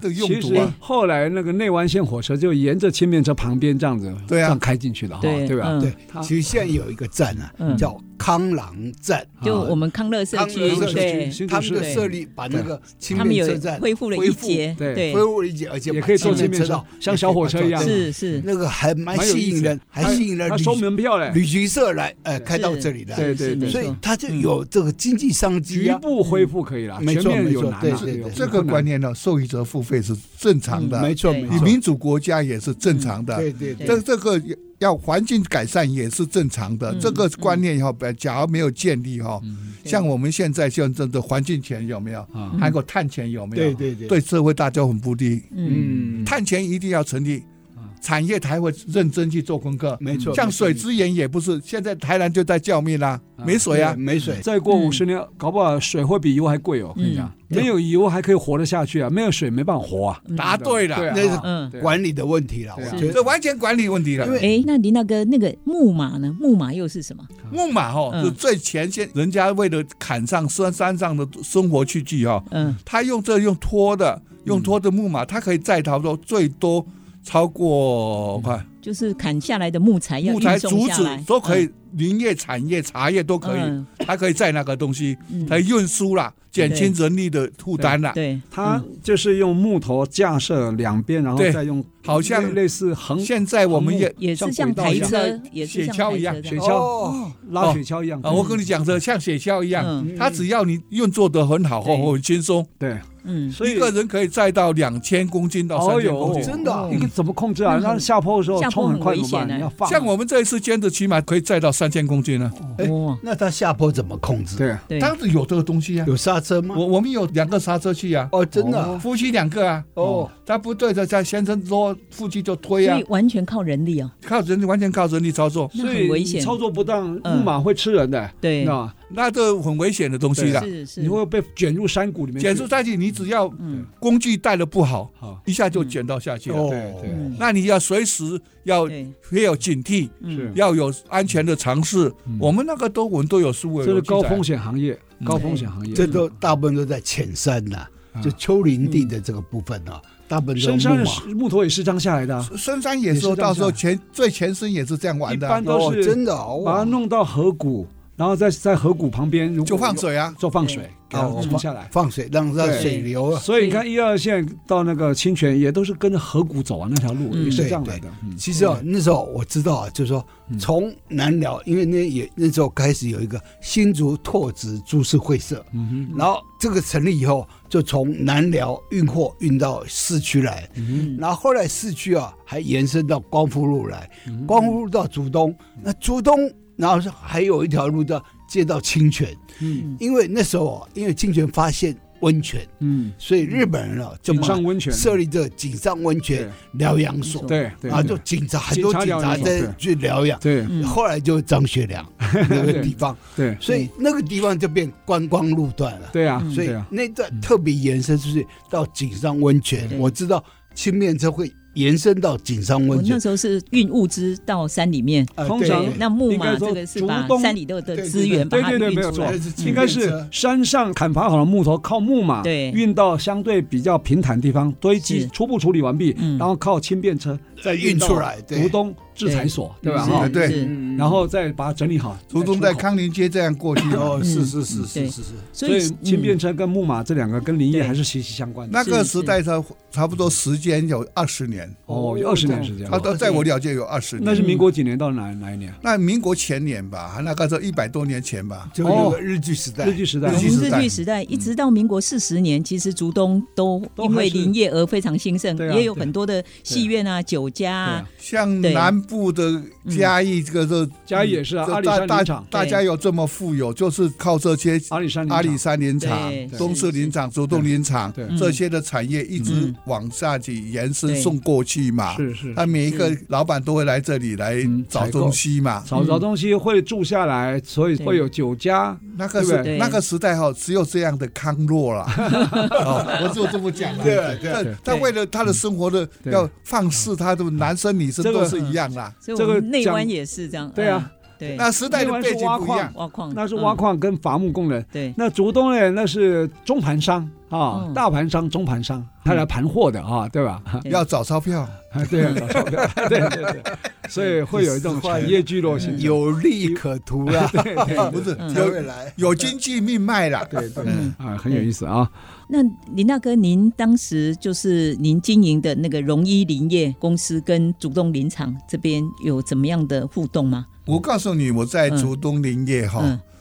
S2: 这个 [LAUGHS] 用
S1: 其
S2: 途
S1: 实
S2: 啊。
S1: 后来那个内湾线火车就沿着青面车旁边这样子，
S2: 对啊
S1: 这样开进去的哈，
S5: 对
S1: 对吧？
S5: 嗯
S4: 对
S1: 他，
S4: 其实现在有一个站啊
S5: 嗯，
S4: 叫康朗站，
S5: 就
S4: 啊
S5: 我们康乐社
S4: 康乐
S5: 区，
S4: 社区
S5: 对，
S1: 新
S4: 他
S1: 竹
S4: 们
S1: 市
S4: 的设立把那个青
S5: 他们
S4: 面
S5: 有
S4: 车站
S5: 恢复了一
S4: 恢复
S5: 节，
S1: 对
S5: 对
S4: 恢，复了一节，而且
S1: 也
S4: 把
S1: 可以坐
S4: 青
S1: 青
S4: 面
S1: 面车
S4: 道
S1: 像小火车一样
S4: 也可以把它
S5: 是
S4: 做
S5: 是，
S4: 那个还蛮
S1: 蛮有
S4: 吸
S1: 意
S4: 引
S1: 思
S4: 人，还吸引了
S1: 他
S4: 旅
S1: 收门票嘞，
S4: 旅行社来，呃，开到
S5: 是
S4: 这里来，
S1: 对
S5: 是
S1: 对对
S5: 没
S4: 所
S5: 错
S4: 以它就有这个经济商机
S1: 局
S4: 啊。
S1: 部恢复可以了，
S4: 嗯没
S1: 全
S4: 错
S1: 面
S4: 没
S1: 有
S4: 错
S1: 难
S4: 对
S1: 啊
S4: 对
S1: 有
S4: 对
S2: 这个
S1: 困难
S2: 观念呢，受益者付费是正常
S5: 嗯
S2: 的
S4: 嗯没，错
S5: 对
S4: 没
S2: 你
S4: 错，
S2: 民主国家也是正常的。
S4: 对对对
S2: 这这个要环境改善也是正常的，
S5: 嗯
S2: 这个观念哈，
S4: 嗯
S2: 本假如没有建立哈，
S5: 对
S2: 像我们现在现在的环境钱有没有？
S1: 啊
S2: 还有碳权有没有？
S4: 嗯对对对，
S2: 对社会大家很不利，
S5: 嗯，
S4: 嗯，
S2: 碳权一定要成立
S1: 啊，
S2: 产业才会认真去做功课。
S4: 没错，
S2: 像
S4: 没错嗯
S2: 水资源也不是，现在台南就在叫命啦，
S1: 啊
S2: 没水啊
S4: 对。没水，
S1: 再过
S5: 嗯
S1: 五十年，搞不好水会比油还贵哦。我跟你讲，没有油还可以活得下去啊，没有水没办法活啊。
S5: 嗯
S2: 答对了，
S1: 对啊
S4: 那是
S5: 嗯。
S1: 对啊
S4: 管理的问题了，
S1: 对啊
S4: 我觉
S2: 这
S4: 得
S2: 完全管理问题了
S4: 因。为
S5: 哎，那林大哥，那个木马呢？木马又是什么？
S2: 木马哈
S5: 嗯
S2: 是最前线，人家为了砍上山山上的生活器具哈，
S5: 嗯，
S2: 他用这用拖的，用拖的木马，它可以载逃到最多超过快
S5: 就是砍下来的木材嗯要
S2: 木材、
S5: 运送
S2: 竹
S5: 下
S2: 子
S5: 来，
S2: 都可
S5: 嗯，
S2: 以，林业、产业、茶叶都可以，
S5: 嗯
S2: 它可以载那个东西
S5: 嗯，
S2: 来运输啦，减轻人力的负担啦。
S5: 对，
S1: 它就是用木头架设两边，然后
S2: 对
S1: 再用
S2: 好像
S1: 类类似横
S2: 现在我们也
S5: 嗯也是像
S1: 像轨道
S5: 台
S1: 一样
S5: 车，也是像
S2: 雪橇
S5: 台
S2: 一样
S5: 车这
S1: 雪
S5: 样
S1: 橇
S4: 哦，
S1: 拉雪橇一样。
S2: 啊，我跟你讲的像雪橇一样，
S5: 嗯
S2: 它只要你运作得很好，
S5: 对
S2: 很轻松，
S1: 对，
S5: 嗯，
S1: 所以
S2: 一个人可以载到两千公斤到三
S1: 哦
S5: 哎
S2: 千公
S1: 哟，
S2: 斤。
S4: 真的啊
S1: 你怎么控制啊？那下坡的时候
S5: 嗯下坡
S1: 冲很快怎
S5: 很危
S1: 么
S5: 险
S1: 办？
S5: 哎
S1: 你要放啊。
S2: 像我们这一次捐的，起码可以载到三千公斤呢。
S5: 哇、
S4: 那它下坡怎么控制？
S1: 对，
S5: 对，
S2: 当时有这个东西啊，
S4: 有刹车吗
S2: 我？我们有两个刹车器啊，
S4: 哦，真的啊
S2: 夫妻两个啊，
S4: 哦，
S2: 他不对着他先生说夫妻就推
S5: 所
S2: 啊
S5: 以，完全靠人力嗯哦，
S2: 靠人力完全靠人力操作，
S5: 那
S1: 所
S5: 很
S1: 以
S5: 危
S1: 你
S5: 险，
S1: 操作不当，
S5: 嗯
S1: 木马会吃人的，你
S5: 对
S1: 知，道吗？
S2: 那这很危险的东西啦。
S5: 是是，
S1: 你会被卷入山哦谷里面去。
S2: 减速代替你只要
S5: 嗯
S2: 工具带的不好，
S1: 好，
S2: 一下就卷到下去了。
S4: 哦
S1: 对对
S5: 嗯，
S2: 那你要随时要
S5: 对，
S2: 也有警惕，
S5: 嗯
S1: 是
S2: 要有安全的尝试
S1: 嗯。
S2: 我们那个都我们都有书
S1: 这
S2: 文，
S1: 是高
S2: 有记载
S1: 风险行业，
S5: 嗯
S1: 高风险行业。
S4: 这都大部分都在浅山呐，
S1: 啊
S4: 就丘陵地的这个部分啊，大部分都
S1: 深
S4: 是
S1: 山的
S4: 木马。
S1: 木头也是这样下来的啊，
S2: 深山野兽到时候前最前身也是这样玩的
S1: 一
S2: 啊
S1: 般，
S4: 哦
S1: 都，是
S4: 真的哦，
S1: 把它弄到河谷，然后在在河谷旁边，如果
S2: 就放，水啊。
S1: 就放水，嗯给它
S4: 哦
S1: 冲下来。
S4: 放水让让
S1: 对
S4: 水流啊。
S1: 所以你看一二线到那个清泉，也都是跟着河谷走啊，那条路
S5: 嗯
S1: 也是这样来的。嗯
S4: 其实啊，那时候我知道啊，就是说从南寮，因为那也那时候开始有一个新竹拓殖株式会社，
S1: 嗯
S4: 然后这个成立以后，就从南寮运货运到市区来，
S1: 嗯
S4: 然后后来市区啊还延伸到光复路来，
S1: 嗯
S4: 光复路到竹东，那竹东然后还有一条路到接到清泉，
S1: 嗯
S4: 因为那时候啊，因为清泉发现温泉，
S1: 嗯，
S4: 所以日本人啊就
S1: 井
S4: 马
S1: 上温泉，
S4: 设立这个井上温泉疗养所，
S1: 对对，
S4: 啊，
S1: 对
S4: 就警察很
S1: 警
S4: 多
S1: 察
S4: 警
S1: 疗
S4: 察
S1: 养所
S4: 在
S1: 对
S4: 去疗养，
S1: 对
S5: 嗯
S4: 后来就张学良
S1: [LAUGHS]
S4: 那个地方，
S1: 对啊
S4: 所以那个地方就变观光路段了。
S1: 对啊，
S5: 嗯
S4: 所以
S1: 对啊，
S4: 那段特别延伸出去到井上温泉
S5: 对，
S4: 我知道青面车会延伸到井上
S5: 我
S4: 温
S5: 那
S4: 泉。
S5: 时候是运物资到山里面，
S4: 呃
S1: 通常
S4: 对
S5: 那木
S1: 应
S5: 马
S1: 该说
S5: 这个是
S1: 竹
S5: 把
S1: 东
S5: 山里头的
S4: 对对
S5: 资源把
S1: 对
S5: 它
S1: 对对，没有
S5: 运出
S1: 错
S5: 来，，
S1: 应该是山上砍伐好的木头，靠木马
S5: 对
S1: 运到相对比较平坦地方堆积
S5: 是，
S1: 初步处理完毕，
S5: 嗯
S1: 然后靠轻便车
S4: 再运出来，对
S1: 竹，东制裁所，对吧？
S5: 是
S1: 哈，
S2: 对
S5: 是
S4: 嗯
S1: 然后再把它整理好，
S2: 途中
S1: 再
S2: 在
S1: 出口
S2: 康宁街这样过去啊，
S4: 哦，是
S5: 嗯
S4: 是是
S5: 对
S4: 是是是，
S1: 所
S5: 所
S1: 以
S5: 以
S1: 轻便
S5: 嗯
S1: 车跟木马这两个跟林业
S5: 对
S1: 还是息息相关的。
S2: 那个
S5: 是
S2: 时代它差不多时间有二十年，
S1: 哦，有二十年时间
S2: 它
S1: 了，
S2: 都在我了解有二十
S1: 那
S2: 年。
S1: 是民国几年到哪哪一年？
S2: 那民国前年吧，那个时候一百多年前吧，哦
S4: 就那个日据时代
S1: 日，据时代
S2: 日
S5: 从
S2: 据时代
S5: 日据时代一直到民国四十年，其实竹东都
S1: 都
S5: 因
S1: 还
S5: 为
S1: 是
S5: 林业而非常兴盛，
S1: 对啊
S5: 也有很多的戏院啊、酒家啊，
S2: 像
S5: 对
S2: 南部的嘉义这个这
S1: 嘉义也是啊，
S2: 这
S1: 阿里
S2: 大
S1: 山林
S2: 大
S1: 场，
S2: 大家有这么富有，就是靠这些
S1: 阿里山林
S2: 阿里
S1: 场
S2: 山林场
S5: 对、
S2: 东
S5: 是
S2: 势
S5: 是
S2: 林场、竹东林场
S1: 对
S2: 这些的产业一直
S5: 嗯
S2: 往下去延伸
S5: 对
S2: 送过去嘛。
S1: 嗯是是
S2: 他每一个老板都会来这里来
S1: 嗯
S2: 找
S1: 采购
S2: 东西嘛。
S1: 找着东西会住下来，所以
S5: 对
S1: 会有酒家。
S2: 那个
S1: 对不
S2: 时
S5: 对
S2: 那个时代哈，只有这样的康乐
S1: [LAUGHS]
S2: 了。哦我只有这么讲了。对
S1: 对嗯
S2: 但但为了他的生活的
S1: 对
S2: 要放肆，他的男生女生
S1: 这个
S2: 都是一样啦。
S5: 所以
S1: 这
S5: 我
S1: 个
S5: 们内
S1: 讲
S5: 湾也是这样。
S1: 对啊
S5: 嗯，对，
S2: 那时代的背景不一样。
S5: 挖矿
S1: 那是挖，矿跟伐木工人。
S5: 嗯对，
S1: 那竹东呢？那是中盘商啊，
S5: 嗯
S1: 大盘商、中盘商，他来盘货的啊，对
S5: [LAUGHS]
S1: 吧？
S5: 对
S2: 要找钞票，
S1: 啊，对啊，找钞票，对对
S5: [LAUGHS]
S1: 对，所以会有一种产业聚落性。
S4: 有利可图啊啦，
S1: 对对 [LAUGHS] 对
S2: 不是
S5: 嗯
S2: 有
S4: [LAUGHS] 来。
S2: 有经济命脉啦。
S1: 对对
S5: 嗯
S1: 啊，很有意思啊。
S5: 那林大哥，您当时就是您经营的那个荣一林业公司跟竹东林场这边有怎么样的互动吗？
S2: 我告诉你，我在
S5: 嗯
S2: 竹东林业哈，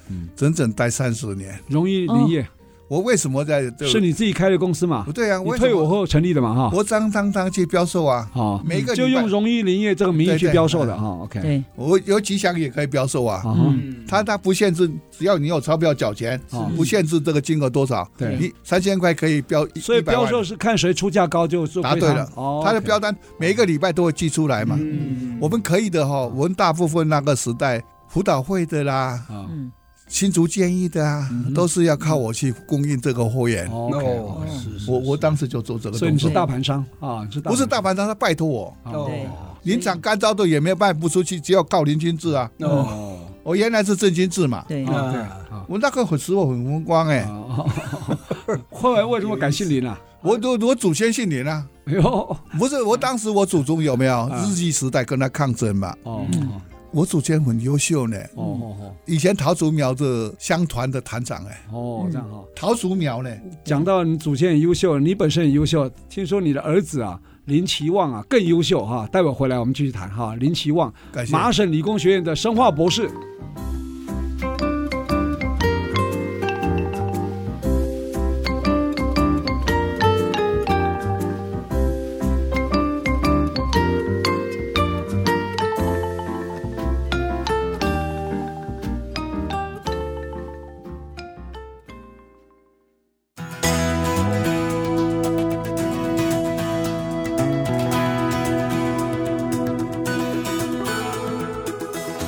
S5: 嗯，
S2: 整整待三十年。
S1: 荣一林业
S2: 我为什么在这？
S1: 是你自己开的公司嘛
S2: 不？对啊，
S1: 你
S2: 为什
S1: 退伍
S2: 么
S1: 后成立的嘛？哈，
S2: 我当当当去标售啊？
S1: 啊，
S2: 每一个礼拜
S1: 就用荣一林业这个名义
S2: 对
S1: 去
S2: 对
S1: 标售的哈。OK，
S5: 对，
S2: 我有几项也可以标售啊。
S1: 啊哈，
S5: 嗯，
S2: 它它不限制，只要你有钞票缴钱，
S1: 哦
S2: 不限制这个金额多少。
S1: 对
S2: 你三千块可以标一，
S1: 所以
S2: 一百
S1: 标
S2: 万
S1: 售是看谁出价高就就
S2: 答
S1: 归
S2: 对
S1: 他
S2: 了
S1: 哦，
S2: 它的
S1: OK
S2: 标单每一个礼拜都会寄出来嘛。
S4: 嗯
S2: 我们可以的哈，我们大部分那个时代辅导会的啦，
S1: 啊
S5: 嗯，
S2: 新竹建议的啊，
S1: 嗯
S2: 都是要靠我去供应这个货源。
S1: ，OK，
S4: 哦是是
S2: 我我当时就做这个
S1: 所以你
S2: 动
S1: 是
S2: 作，
S1: 大盘商啊，你是大
S2: 不是大
S1: 盘
S2: 盘商，他拜托我，
S1: 商
S4: 哦
S5: 对，
S2: 林场干燥的也没有卖不出去，只有靠林君志啊。
S4: 哦，
S2: 我原来是郑君志嘛，
S5: 对，
S1: 啊对
S4: 啊
S1: 啊。
S2: 我那个很使我很风光哎，
S1: 哦， [LAUGHS] 后来为什么改姓林啊？
S2: 我我我祖先姓林啊。
S1: 哎呦，哦
S2: 不是，我当时我祖宗有没有
S1: 啊
S2: 日据时代跟他抗争嘛？
S1: 哦
S5: 嗯
S2: 我祖先很优秀呢，
S1: 哦哦
S2: 以前桃竹苗的乡团的团长哎，
S1: 哦哦，这样哈。
S2: 桃竹苗呢，
S1: 讲到你祖先很优秀，你本身很优秀，听说你的儿子啊林奇旺啊更优秀哈、待会回来我们继续谈哈、林奇旺，
S2: 感谢。
S1: 麻省理工学院的生化博士。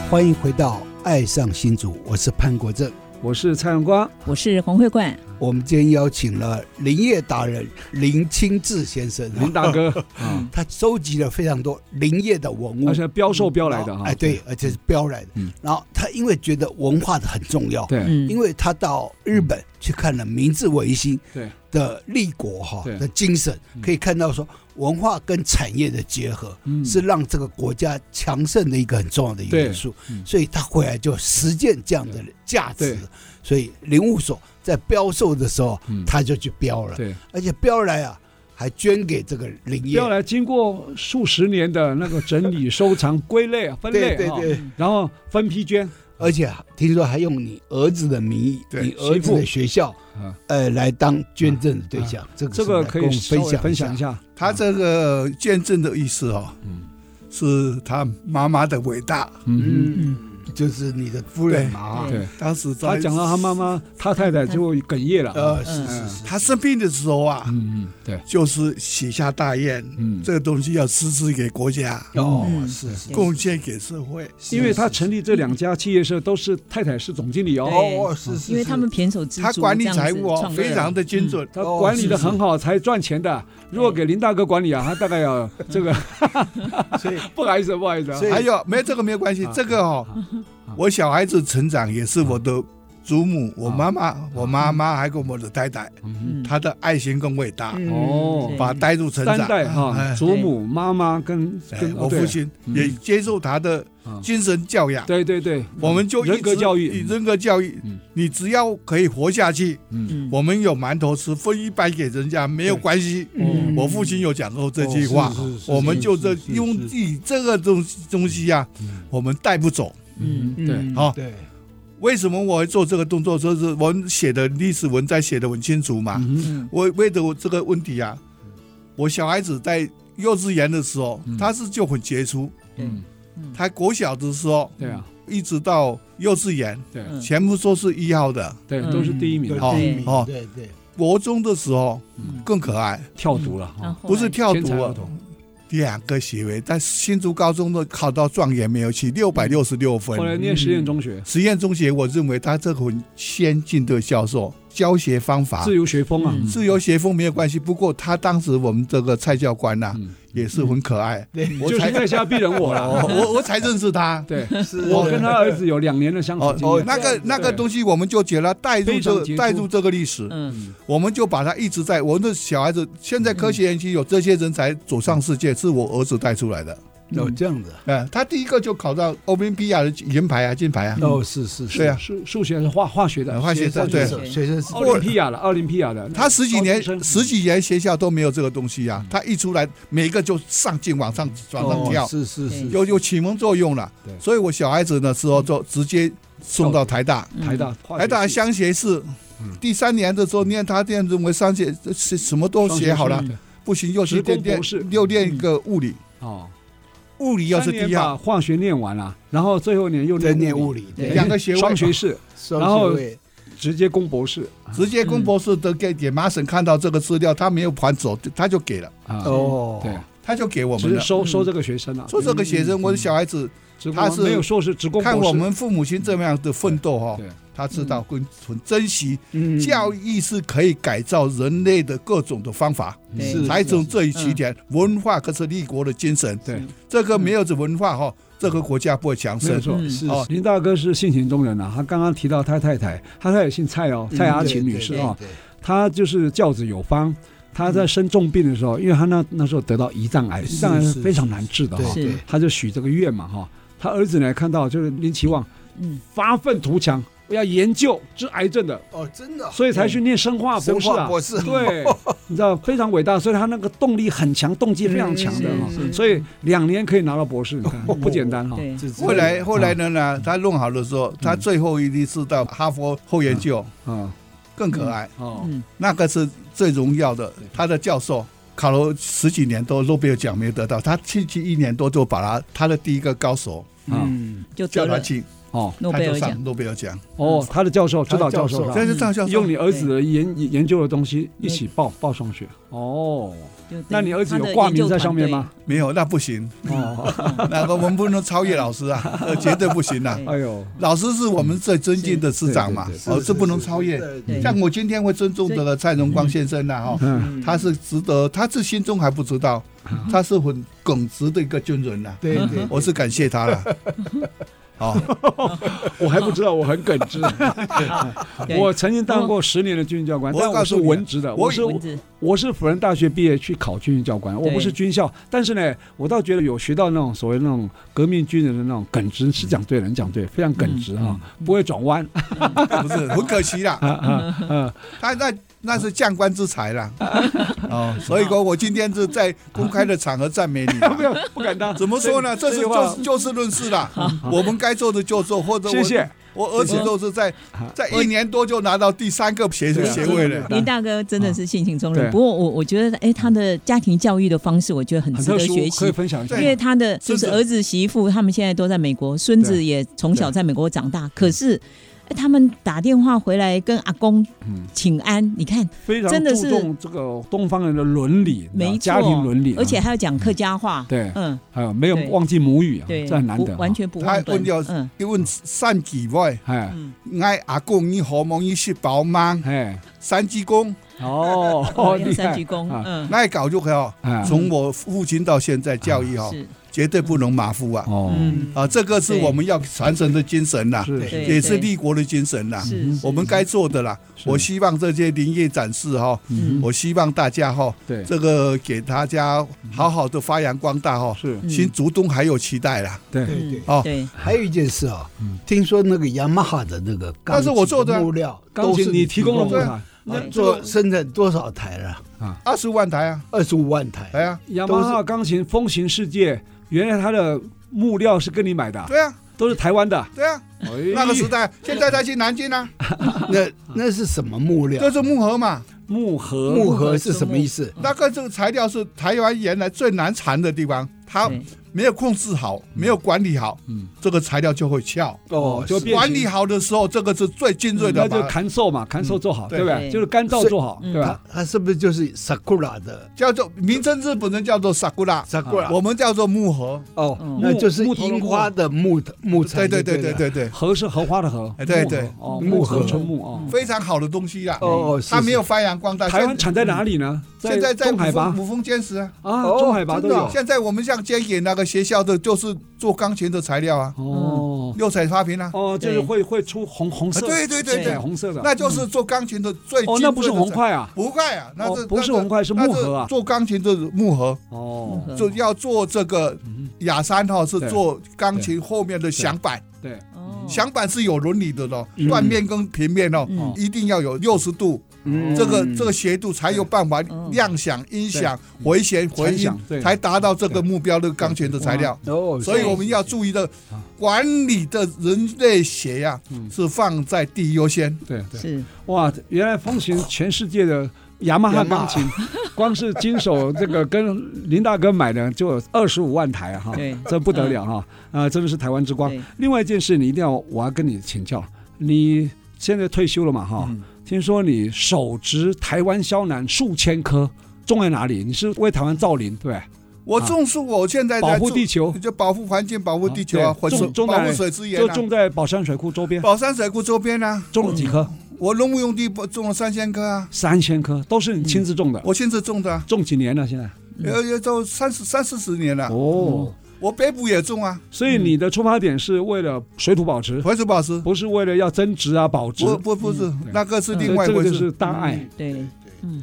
S4: 欢迎回到《爱上新竹》，我是潘国正。
S1: 我是蔡永光，
S5: 我是黄慧冠，
S4: 我们今天邀请了林业达人林清志先生，
S1: 林大
S2: [LAUGHS]
S1: 哥，
S4: 啊，他收集了非常多林业的文物
S1: 而，且标
S2: 嗯
S1: 售标来的哈、
S4: 哎，对，而且是标来的
S1: 嗯。
S4: 然后他因为觉得文化的很重要，
S1: 对
S5: 嗯
S4: 因，为他到日本去看了明治维新
S1: 对
S2: 嗯
S4: 的立国哈
S1: 对
S4: 的精神
S1: 嗯，
S4: 可以看到说文化跟产业的结合
S1: 嗯
S4: 是让这个国家强盛的一个很重要的元素
S1: 对嗯，
S4: 所以他回来就实践这样的价值
S1: 对。
S4: 所以林务所在标售的时候
S1: 嗯，
S4: 他就去标了，
S1: 对，
S4: 而且标来啊还捐给这个林业
S1: 标。来经过数十年的那个整理、收藏、归类、啊分类
S4: 对对
S1: 哈
S4: 对，
S1: 然后分批捐，
S4: 而且听说还用你儿子的名义，
S2: 对
S4: 你儿子的学校
S1: 嗯，
S4: 呃，来当捐赠的对象。这个
S1: 这个可以
S4: 是不是
S1: 稍微
S4: 来跟我们
S1: 分
S4: 分
S1: 享一
S4: 享一下。
S1: 下。
S2: 他这个见证的意思哦，
S1: 嗯
S2: 是他妈妈的伟大。
S1: 嗯，
S4: 嗯，就是你的夫人嘛，啊
S5: 对
S1: 对，
S2: 当时在
S1: 他讲到他妈妈，他太太就哽咽了。
S4: 呃，
S5: 嗯
S4: 是是是，
S2: 他生病的时候啊，
S1: 嗯嗯，对，
S2: 就是许下大愿，
S1: 嗯
S2: 这个东西要实施给国家，
S4: 哦
S5: 嗯，
S4: 是是，
S2: 贡献给社会。
S1: 因为他成立这两家企业社都是太太是总经理哦，
S5: 对
S4: 哦，是是是，
S5: 因为他们胼手胝足，
S2: 他管理
S5: 这样子
S2: 财务哦
S5: 创，业
S2: 非常的精准。
S1: 他
S4: 哦
S1: 管理的很好才赚钱的。如果给林大哥管理啊，他大概要这个，
S4: [LAUGHS] 所以
S1: [LAUGHS] 不好意思，不好意思啊
S4: 所，以
S2: 还有哎没有这个没有关系，
S1: 啊
S2: 这个哦，我小孩子成长也是我
S1: 啊
S2: 的祖母，我妈妈，我妈妈还跟我的太太，
S1: 嗯
S2: 她的爱心更伟大，
S4: 嗯
S1: 哦
S5: 对，
S2: 把她带入成
S1: 三
S2: 长。
S1: 代哈，
S2: 哎
S1: 祖母、妈妈跟
S2: 哎
S1: 跟啊
S2: 我父，亲
S1: 嗯
S2: 也接受她的精神教养。
S1: 对对对，对
S2: 我们就一
S1: 嗯
S2: 直
S1: 人格教育
S2: 以人格教育
S1: 嗯，
S2: 你只要可以活下去，
S1: 嗯，
S5: 嗯
S2: 我们有馒头吃，分一半给人家没有关系。
S5: 嗯
S2: 我父亲有讲过这句话
S4: 哦是是是，是
S2: 我们就这
S4: 是是是
S2: 用
S4: 是
S2: 以这个东西东西呀，我们带不走。
S5: 嗯
S1: 对
S5: 嗯
S2: 好，
S4: 对，
S2: 为什么我会做这个动作？就是我们写的历史文章写的很清楚嘛。
S1: 嗯
S5: 嗯
S2: 我为了我这个问题啊，我小孩子在幼稚园的时候
S1: 嗯，
S2: 他是就很杰出，
S1: 嗯
S2: 他国小的时候
S1: 对啊，
S2: 一直到幼稚园，
S1: 对
S5: 嗯
S2: 全部都是一号的。
S1: 对，
S5: 嗯
S1: 都是第一名
S4: 对
S1: 啊，
S2: 哦
S4: 第一名
S2: 哦
S4: 对对，
S2: 国中的时候
S1: 嗯
S2: 更可爱，
S1: 跳读了
S5: 然
S1: 哈，
S5: 后
S2: 不是
S5: 来
S2: 跳
S1: 天才
S2: 读
S1: 儿
S2: 啊，
S1: 童，
S2: 两个学位，但新竹高中都考到状元没有去，六百六十六分
S1: 嗯后。来念实验中学，
S2: 实验中学，我认为他这很先进的教授教学方法，
S1: 自由学风啊，
S5: 嗯
S2: 自由学风没有关系。不过他当时我们这个蔡教官呐、
S1: 嗯
S2: 也是很可爱，
S1: 我就是在家逼人我
S2: 哦
S1: 了。
S2: 我我才认识他。
S1: 对，
S4: 是
S1: 我跟他儿子有两年的相处
S2: 哦
S1: 经
S2: 哦，
S1: 验，
S2: 那个那个东西我们就觉得带入
S1: 非
S2: 这
S1: 常
S2: 个
S1: 杰出
S2: 带入这个历史，
S5: 嗯
S2: 我们就把他一直在我们的小孩子。现在科学园区有这些人才走上世界，是我儿子带出来的。
S4: 有这样子，
S2: 嗯，他第一个就考到奥林匹亚的银牌啊，金牌啊。
S4: 哦，是是是
S2: 对啊
S1: 数数学还是化化学的
S2: 呃，化学的对
S5: 对
S4: 学生是
S1: 啊奥林匹亚了，奥林匹亚的，
S2: 他十几年
S1: 高中生
S2: 十几年学校都没有这个东西啊，他一出来每一个就上进往上往上
S4: 哦
S2: 跳，
S4: 是是是，
S2: 有有启蒙作用了
S1: 对。
S2: 所以我小孩子那时候就直接送到台大，
S1: 嗯台大，化学
S2: 台大
S1: 系嗯
S2: 商学士。第三年的时候念他念认为商学是什么都
S1: 双
S2: 学好了
S1: 生，的
S2: 不行又是
S1: 职工
S2: 练
S1: 嗯
S2: 练
S1: 博士
S2: 又练一个物理，
S1: 哦，
S2: 物理又是
S1: 三年
S2: 第啊
S1: 把
S2: 二，
S1: 化学念完了，然后最后一年又
S4: 在念
S1: 物
S4: 物
S1: 理，
S4: 理，
S5: 对
S2: 两个学位
S1: 双学士，
S4: 双
S1: 然后
S4: 学位
S1: 直接攻博士
S2: 直接跟博士的给给马婶看到这个资料，他没有还走，他就给了，
S1: 啊，
S4: 哦，
S1: 对，
S2: 他就给我
S1: 只
S2: 们
S1: 是
S2: 了。
S1: 收收这个学生啊，
S2: 说这个学生，我的小孩子
S1: 职工
S2: 他是
S1: 没有硕士，职工
S2: 看
S1: 嗯博士
S2: 我们父母亲这么样的奋斗哈
S1: 对对，
S2: 他知道跟很珍惜
S4: 嗯
S2: 教育是可以改造人类的各种的方法，
S1: 嗯
S5: 对
S4: 是
S2: 才从这一起点，文化可是立国的精神。
S1: 对，
S2: 这个没有这文化哈，这个国家不会强
S1: 没有
S2: 盛。
S1: 错。
S5: 嗯
S4: 是
S1: 哦，林大哥是性情中人啊，他刚刚提到他太太，他太太也姓蔡哦，蔡雅琴女士哦，，
S4: 对对对对
S1: 她就是教子有方。她在生重病的时候，因为她那那时候得到胰脏癌，
S4: 是
S1: 胰脏癌
S4: 是
S1: 是非常难治的哈、
S5: 是
S1: 她就许这个愿嘛哈、哦她儿子呢看到就是林奇旺
S5: 嗯，
S1: 发愤图强，要研究治癌症的，
S4: 哦，真的，
S1: 所以才去念生化博士
S4: 生化
S1: 啊。
S4: 博士，
S1: 对，你知道非常伟大，所以他那个动力很强，动机非常强的哈、
S5: 嗯是是
S1: 所以两年可以拿到博士，你
S5: [LAUGHS]
S1: 看不简单啊哈、
S5: 对，
S4: 这
S2: 后
S5: 嗯
S2: 来后来呢呢，他弄好的时候，他最后一例是到哈佛后研究，
S1: 啊
S2: 更可爱，
S1: 哦，
S5: 嗯
S2: 那个是最荣耀的。他的教授考了十几年都诺贝尔奖没有得到，他进去一年多就把他他的第一个高手
S1: 啊
S4: 嗯，
S5: 就得
S2: 叫他
S5: 了
S2: 去，
S1: 哦
S5: 诺
S2: 他
S5: 贝
S2: 就
S5: 尔奖嗯
S2: 上。诺贝尔奖。
S1: 哦，他的教授指导教
S4: 他
S1: 授
S4: 的教授
S2: 但
S1: 是吧
S2: 是赵教授
S1: 用你儿子的研研究的东西一起报报上去哦，
S5: 就等于
S1: 那你儿子
S5: 他
S1: 有
S5: 的
S1: 挂
S5: 研究
S1: 名在上面
S5: 团队
S1: 吗？？
S2: 没有，那不
S5: [LAUGHS]
S2: 行，
S1: 哦，
S2: 那个我们不能超越老师啊，呃绝对不行啊。
S5: 对
S1: 哎呦，
S2: 老师是我们最尊敬的师长嘛
S1: 对对，
S2: 哦，这不能超越。
S4: 对
S5: 对
S2: 像我今天会尊重这个蔡荣光先生呐，哈，
S1: 嗯，
S2: 他是值得，他是心中还不知道，他是很耿直的一个军人呐，
S4: 对
S1: 嗯
S4: 对，
S2: 我是感谢
S1: [LAUGHS]
S2: 他了。哦，
S1: 我还不知道我很耿
S5: [LAUGHS]
S1: 直，
S5: 对
S1: 我曾经当过十年的军训教官，
S2: 我
S1: 但我
S2: 告
S1: 是
S2: 诉你啊
S1: 文职的，
S2: 我
S1: 我是
S5: 文字
S1: 我是辅仁大学毕业去考军训教官，我
S5: 对
S1: 不是军校，但是呢，我倒觉得有学到那种所谓那种革命军人的那种耿直，是讲对人讲对，非常耿
S5: 嗯
S1: 直啊，不会转
S5: [LAUGHS]
S1: 弯
S2: 不是，很可惜啦，
S1: 啊
S2: 他那那是将官之
S1: [LAUGHS]
S2: 才啦。哦，所以说我今天是在公开的场合赞美你啊。
S1: [LAUGHS] 不要不敢当。
S2: 怎么说呢？这是
S1: 这句话
S2: 就是就事论事啦，我们该做的就做，或者我
S1: 谢谢，
S2: 我儿子都是在在一年多就拿到第三个学
S1: 对啊
S2: 学位了。
S5: 林大哥真的是性情中人，
S1: 啊对
S5: 不过我我觉得，哎，他的家庭教育的方式，我觉得很
S1: 很
S5: 值
S1: 特
S5: 得
S1: 殊
S5: 学，
S1: 可以
S5: 习。
S1: 分享一下
S5: 因
S2: 对。
S5: 为他的就是
S2: 孙子
S5: 儿子媳妇，他们现在都在美国，孙子
S1: 对嗯
S5: 也从小在美国长大。可是，哎他们打电话回来跟阿公
S1: 嗯啊
S5: 请安，你看
S1: 非常
S5: 真的
S1: 注
S5: 是
S1: 重这个东方人的伦理，你知道
S5: 没错
S1: 家庭伦理啊，
S5: 而且还要讲客家话。
S1: 对
S5: 嗯，
S1: 还有没有
S5: 对
S1: 忘记母语啊，
S5: 对，
S1: 这很难
S5: 不
S1: 得啊，
S5: 完全不
S2: 他
S5: 忘
S2: 问
S5: 本
S2: 要。
S5: 嗯，
S2: 一问三几外，
S1: 哎
S2: 爱阿公你何忙你是宝妈，
S5: [LAUGHS]
S1: 哎
S2: 三鞠躬，
S1: 哦，
S5: 哦
S1: 厉害
S5: 三鞠躬。嗯，
S2: 爱搞就好。
S1: 啊
S2: 从我父亲到现在教育哦，
S5: 嗯是，
S2: 绝对不能马虎啊！
S1: 哦，
S5: 嗯，
S2: 啊，这个是
S5: 对
S2: 我们要传承的精神呐，
S1: 是
S5: 对
S2: 也是立国的精神呐。
S5: 是
S2: 我们该做的啦，
S1: 是
S2: 我希望这些林业展示哈，
S1: 嗯
S2: 我希望大家哈，
S1: 对
S2: 这个给大家好好的发扬光大哈。
S1: 嗯是
S2: 新竹东还有期待啦，
S1: 对
S4: 对对。
S2: 哦
S5: 对，
S4: 还有一件事啊，听说那个雅马哈的那个钢
S2: 但是我做
S4: 琴
S2: 的啊
S4: 木料，
S1: 钢琴你提供了木
S2: 对
S1: 材，
S4: 那
S5: 对
S4: 做生产多少台了？
S2: 二十万台啊，
S4: 二十五万台。
S2: 哎呀，
S1: 雅马哈钢琴风行世界，原来它的木料是跟你买的啊，
S2: 对啊，
S1: 都是台湾的啊。
S2: 对啊，那
S1: 那
S2: 个时代，现在他去南京啊，
S4: 那那是什么木料
S1: 啊
S2: 这？是木盒嘛，
S1: 木盒
S4: 木盒是什么意思？
S2: 那个这个材料是台湾原来最难缠的地方，它
S5: 对
S2: 没有控制好，没有管理好，
S1: 嗯
S2: 这个材料就会翘。
S1: 哦，就变嗯
S2: 管理好的时候，这个是最精锐
S1: 那
S2: 的嗯
S1: 就
S2: 吧，
S1: 砍瘦嘛，砍瘦做好，
S2: 对
S1: 对不对？
S5: 对
S1: 就是干燥做好，
S5: 所以
S1: 对吧
S4: 它？啊它是不是就是 sakura 的
S2: 叫做名称日本人叫做 sakura，
S4: sakura？
S2: 我们叫做木盒。
S4: 哦
S5: 嗯，
S4: 那就是
S1: 木头的
S4: 樱花的木的木材。
S2: 对对对对。对对，
S1: 荷是荷花的荷，
S2: 哎对
S1: 木
S2: 对嗯
S1: 哦，
S4: 木
S1: 木荷
S4: 荷
S1: 春木哦。
S2: 非常好的东西啦。
S4: 哦哦，是
S2: 它没。有
S4: 是
S2: 发扬光大。
S1: 台湾
S2: 现
S1: 产在哪里呢？
S2: 嗯现在在
S1: 中海拔
S2: 五峰五峰坚石啊，
S1: 啊，
S4: 哦
S1: 中海拔都
S4: 真的
S1: 有
S4: 哦。
S2: 现在我们像监给那个学校的，就是做钢琴的材料啊，
S1: 哦
S2: 六彩花瓶啊，
S1: 哦，就是
S5: 对
S1: 会会出红红色，
S2: 对对对
S1: 色
S2: 对
S1: 彩红色的。
S2: 那就是做钢琴的最
S1: 啊哦，
S2: 精
S1: 那不是
S2: 粹的
S1: 红
S2: 材，
S1: 块啊，
S2: 不块啊，那是
S1: 哦不是红块是木盒啊
S2: 那是做钢琴的木盒，
S1: 哦，
S2: 就要做这个
S1: 嗯
S2: 雅山哈是
S1: 对
S2: 做钢琴后面的响板，
S1: 对，哦
S2: 响板是有伦理的咯，
S4: 嗯
S2: 断面跟平面哦。
S5: 嗯
S2: 一定要有六十度，
S4: 嗯
S2: 这个这个斜度才有办法
S5: 嗯
S2: 亮响、音响、回旋、回
S1: 才
S2: 音
S1: 响，对
S2: 才达到这个目标的钢琴的材料。
S4: 哦，
S2: 所以我们要注意的，
S1: 啊
S2: 管理的人类学呀、
S1: 嗯
S2: 是放在第一优先。
S1: 对对。
S5: 是
S1: 哇，原来风行全世界的雅马哈钢琴， [LAUGHS] 光是经手这个跟林大哥买的就有二十五万台啊哈
S5: 对，嗯
S1: 这不得了哈啊、真的是台湾之光
S5: 对。
S1: 另外一件事，你一定要我要跟你请教，你现在退休了嘛哈？
S2: 嗯
S1: 听说你手植台湾萧楠数千棵，种在哪里？你是为台湾造林对不对？
S2: 我种树，我现在在
S1: 啊保护
S2: 种
S1: 地球，
S2: 就保护环境、保护地球啊，
S1: 啊对
S2: 或者
S1: 种种
S2: 保护
S1: 在
S2: 水资源
S1: 就
S2: 啊，
S1: 种在宝山水库周边，
S2: 宝山水库周边啊。
S1: 种了几棵？
S5: 哦
S2: 我农牧用地不种了三千棵啊，
S1: 三千棵，都是你亲自
S5: 嗯
S1: 种的。
S2: 我亲自种的啊，
S1: 种几年了？现在
S2: 要要种三十三四十年了。
S1: 嗯哦，
S2: 我北部也种啊，
S1: 所以你的出发点是为了水土保持，
S2: 回水宝石，
S1: 不是为了要增值啊、保值。
S2: 不不不是
S1: 对，
S2: 那个是嗯另
S1: 所
S2: 外
S1: 以
S2: 一
S1: 这个
S2: 回
S1: 就
S2: 事
S1: 是。大爱。
S5: 对，嗯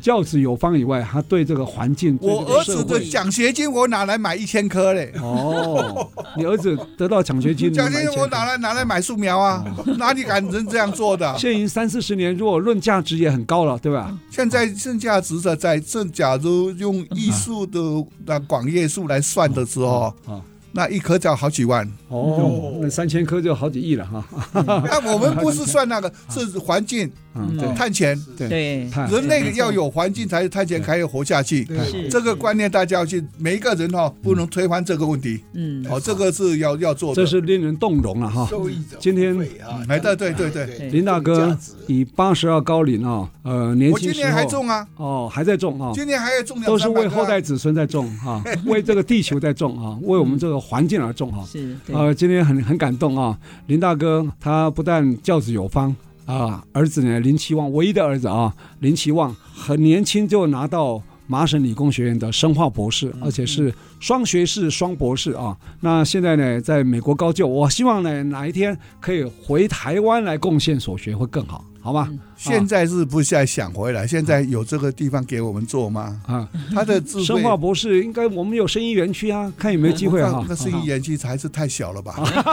S1: 教子有方以外，他对这个环境、对
S2: 我
S1: 这个
S2: 儿
S1: 社
S2: 子的
S1: 会，
S2: 奖学金我拿来买一千棵嘞，
S1: 哦，你儿子得到奖学金，
S2: [LAUGHS] 奖
S1: 你
S2: 学
S1: 买
S2: 金我拿来拿来买树苗啊，
S1: 哦
S2: 哪里敢人这样做的啊？
S1: 现银三四十年，如果论价值也很高了，对吧？
S2: 现在剩价值的在正，假如用艺术的那广叶树来算的时候，哦
S1: 啊，
S2: 那一棵只要好几万。
S1: 哦，那三千棵就好几亿了哈。 [LAUGHS]
S2: 那我们不是算那个，是环境
S1: 嗯，对，嗯
S2: 探钱，
S5: 对，
S1: 太
S2: 哦人类要有环境才探钱，才有活下去。
S5: 是
S2: 这个观念大家要去，每一个人哈、哦、不能推翻这个问题。
S5: 嗯，
S2: 哦，这个是要要做的。
S1: 这是令人动容了哈。
S4: 受益者
S1: 今天
S4: 付费啊
S2: 哎，对对对对，
S5: 对
S1: 林大
S4: 有价
S1: 哥
S4: 值
S1: 以八十二高龄啊，呃，年
S2: 我
S1: 轻
S2: 今
S1: 时
S2: 年还
S1: 候
S2: 种啊，
S1: 哦还在种啊，
S2: 今年还要种两
S1: 都是
S2: 三百
S1: 为
S2: 棵啊
S1: 后代子孙在
S2: [LAUGHS]
S1: 种啊，为这个地球在种啊，为我
S2: 嗯
S1: 们这个环境而种啊。
S5: 是对，
S1: 呃，今天很很感动啊，林大哥他不但教子有方啊，儿子呢林奇旺唯一的儿子啊，林奇旺很年轻就拿到麻省理工学院的生化博
S2: 嗯
S1: 士，而且是双学士双博士啊。那现在呢，在美国高就，我希望呢哪一天可以回台湾来贡献所学会更好，好吗？
S2: 现在是不是在想回来？现在有这个地方给我们做吗？
S1: 啊，
S2: 他的智
S1: 生
S2: 慧
S1: 化博士应该我们有生意园区啊，看有没有机会啊。
S2: 嗯那是一演技还是太小了吧？
S1: [LAUGHS]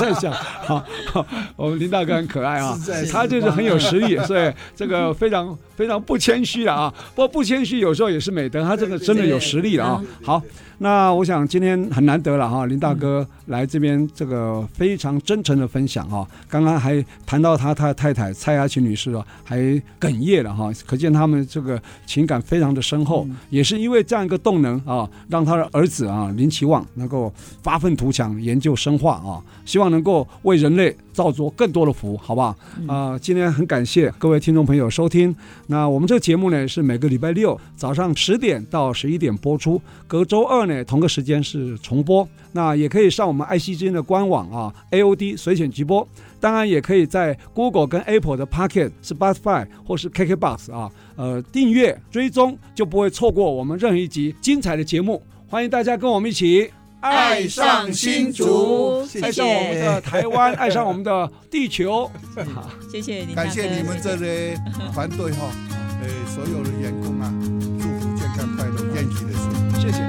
S1: 在想，好，好，我们林大哥很可爱啊
S4: 是在，
S1: 他就是很有实力，所以这个非常非常不谦虚了啊。不过不谦虚有时候也是美德，他这个真的有实力了啊。好，那我想今天很难得了哈、林大哥来这边这个非常真诚的分享啊。刚刚还谈到他他太太蔡雅琴女士啊，还哽咽了哈、可见他们这个情感非常的深厚，也是因为这样一个动能啊，让他的儿子啊林奇旺能够发愤图强，研究生化啊，希望能够为人类造作更多的福，好不好？啊、今天很感谢各位听众朋友收听。那我们这个节目呢是每个礼拜六早上十点到十一点播出，隔周二呢同个时间是重播。那也可以上我们爱惜之音的官网啊，AOD 随选直播。当然也可以在 Google 跟 Apple 的 Pocket、Spotify 或是 KKBox 啊，呃，订阅追踪就不会错过我们任何一集精彩的节目。欢迎大家跟我们一起
S2: 爱上新竹
S5: 谢
S1: 爱上我们
S5: 谢，
S1: 的台湾，爱上我们的地球。
S5: 谢谢林大
S2: 感
S5: 哥，
S2: 谢你们这些团队哈，呃，所有的员工啊，祝福健康快乐、健体的事。
S1: 谢谢。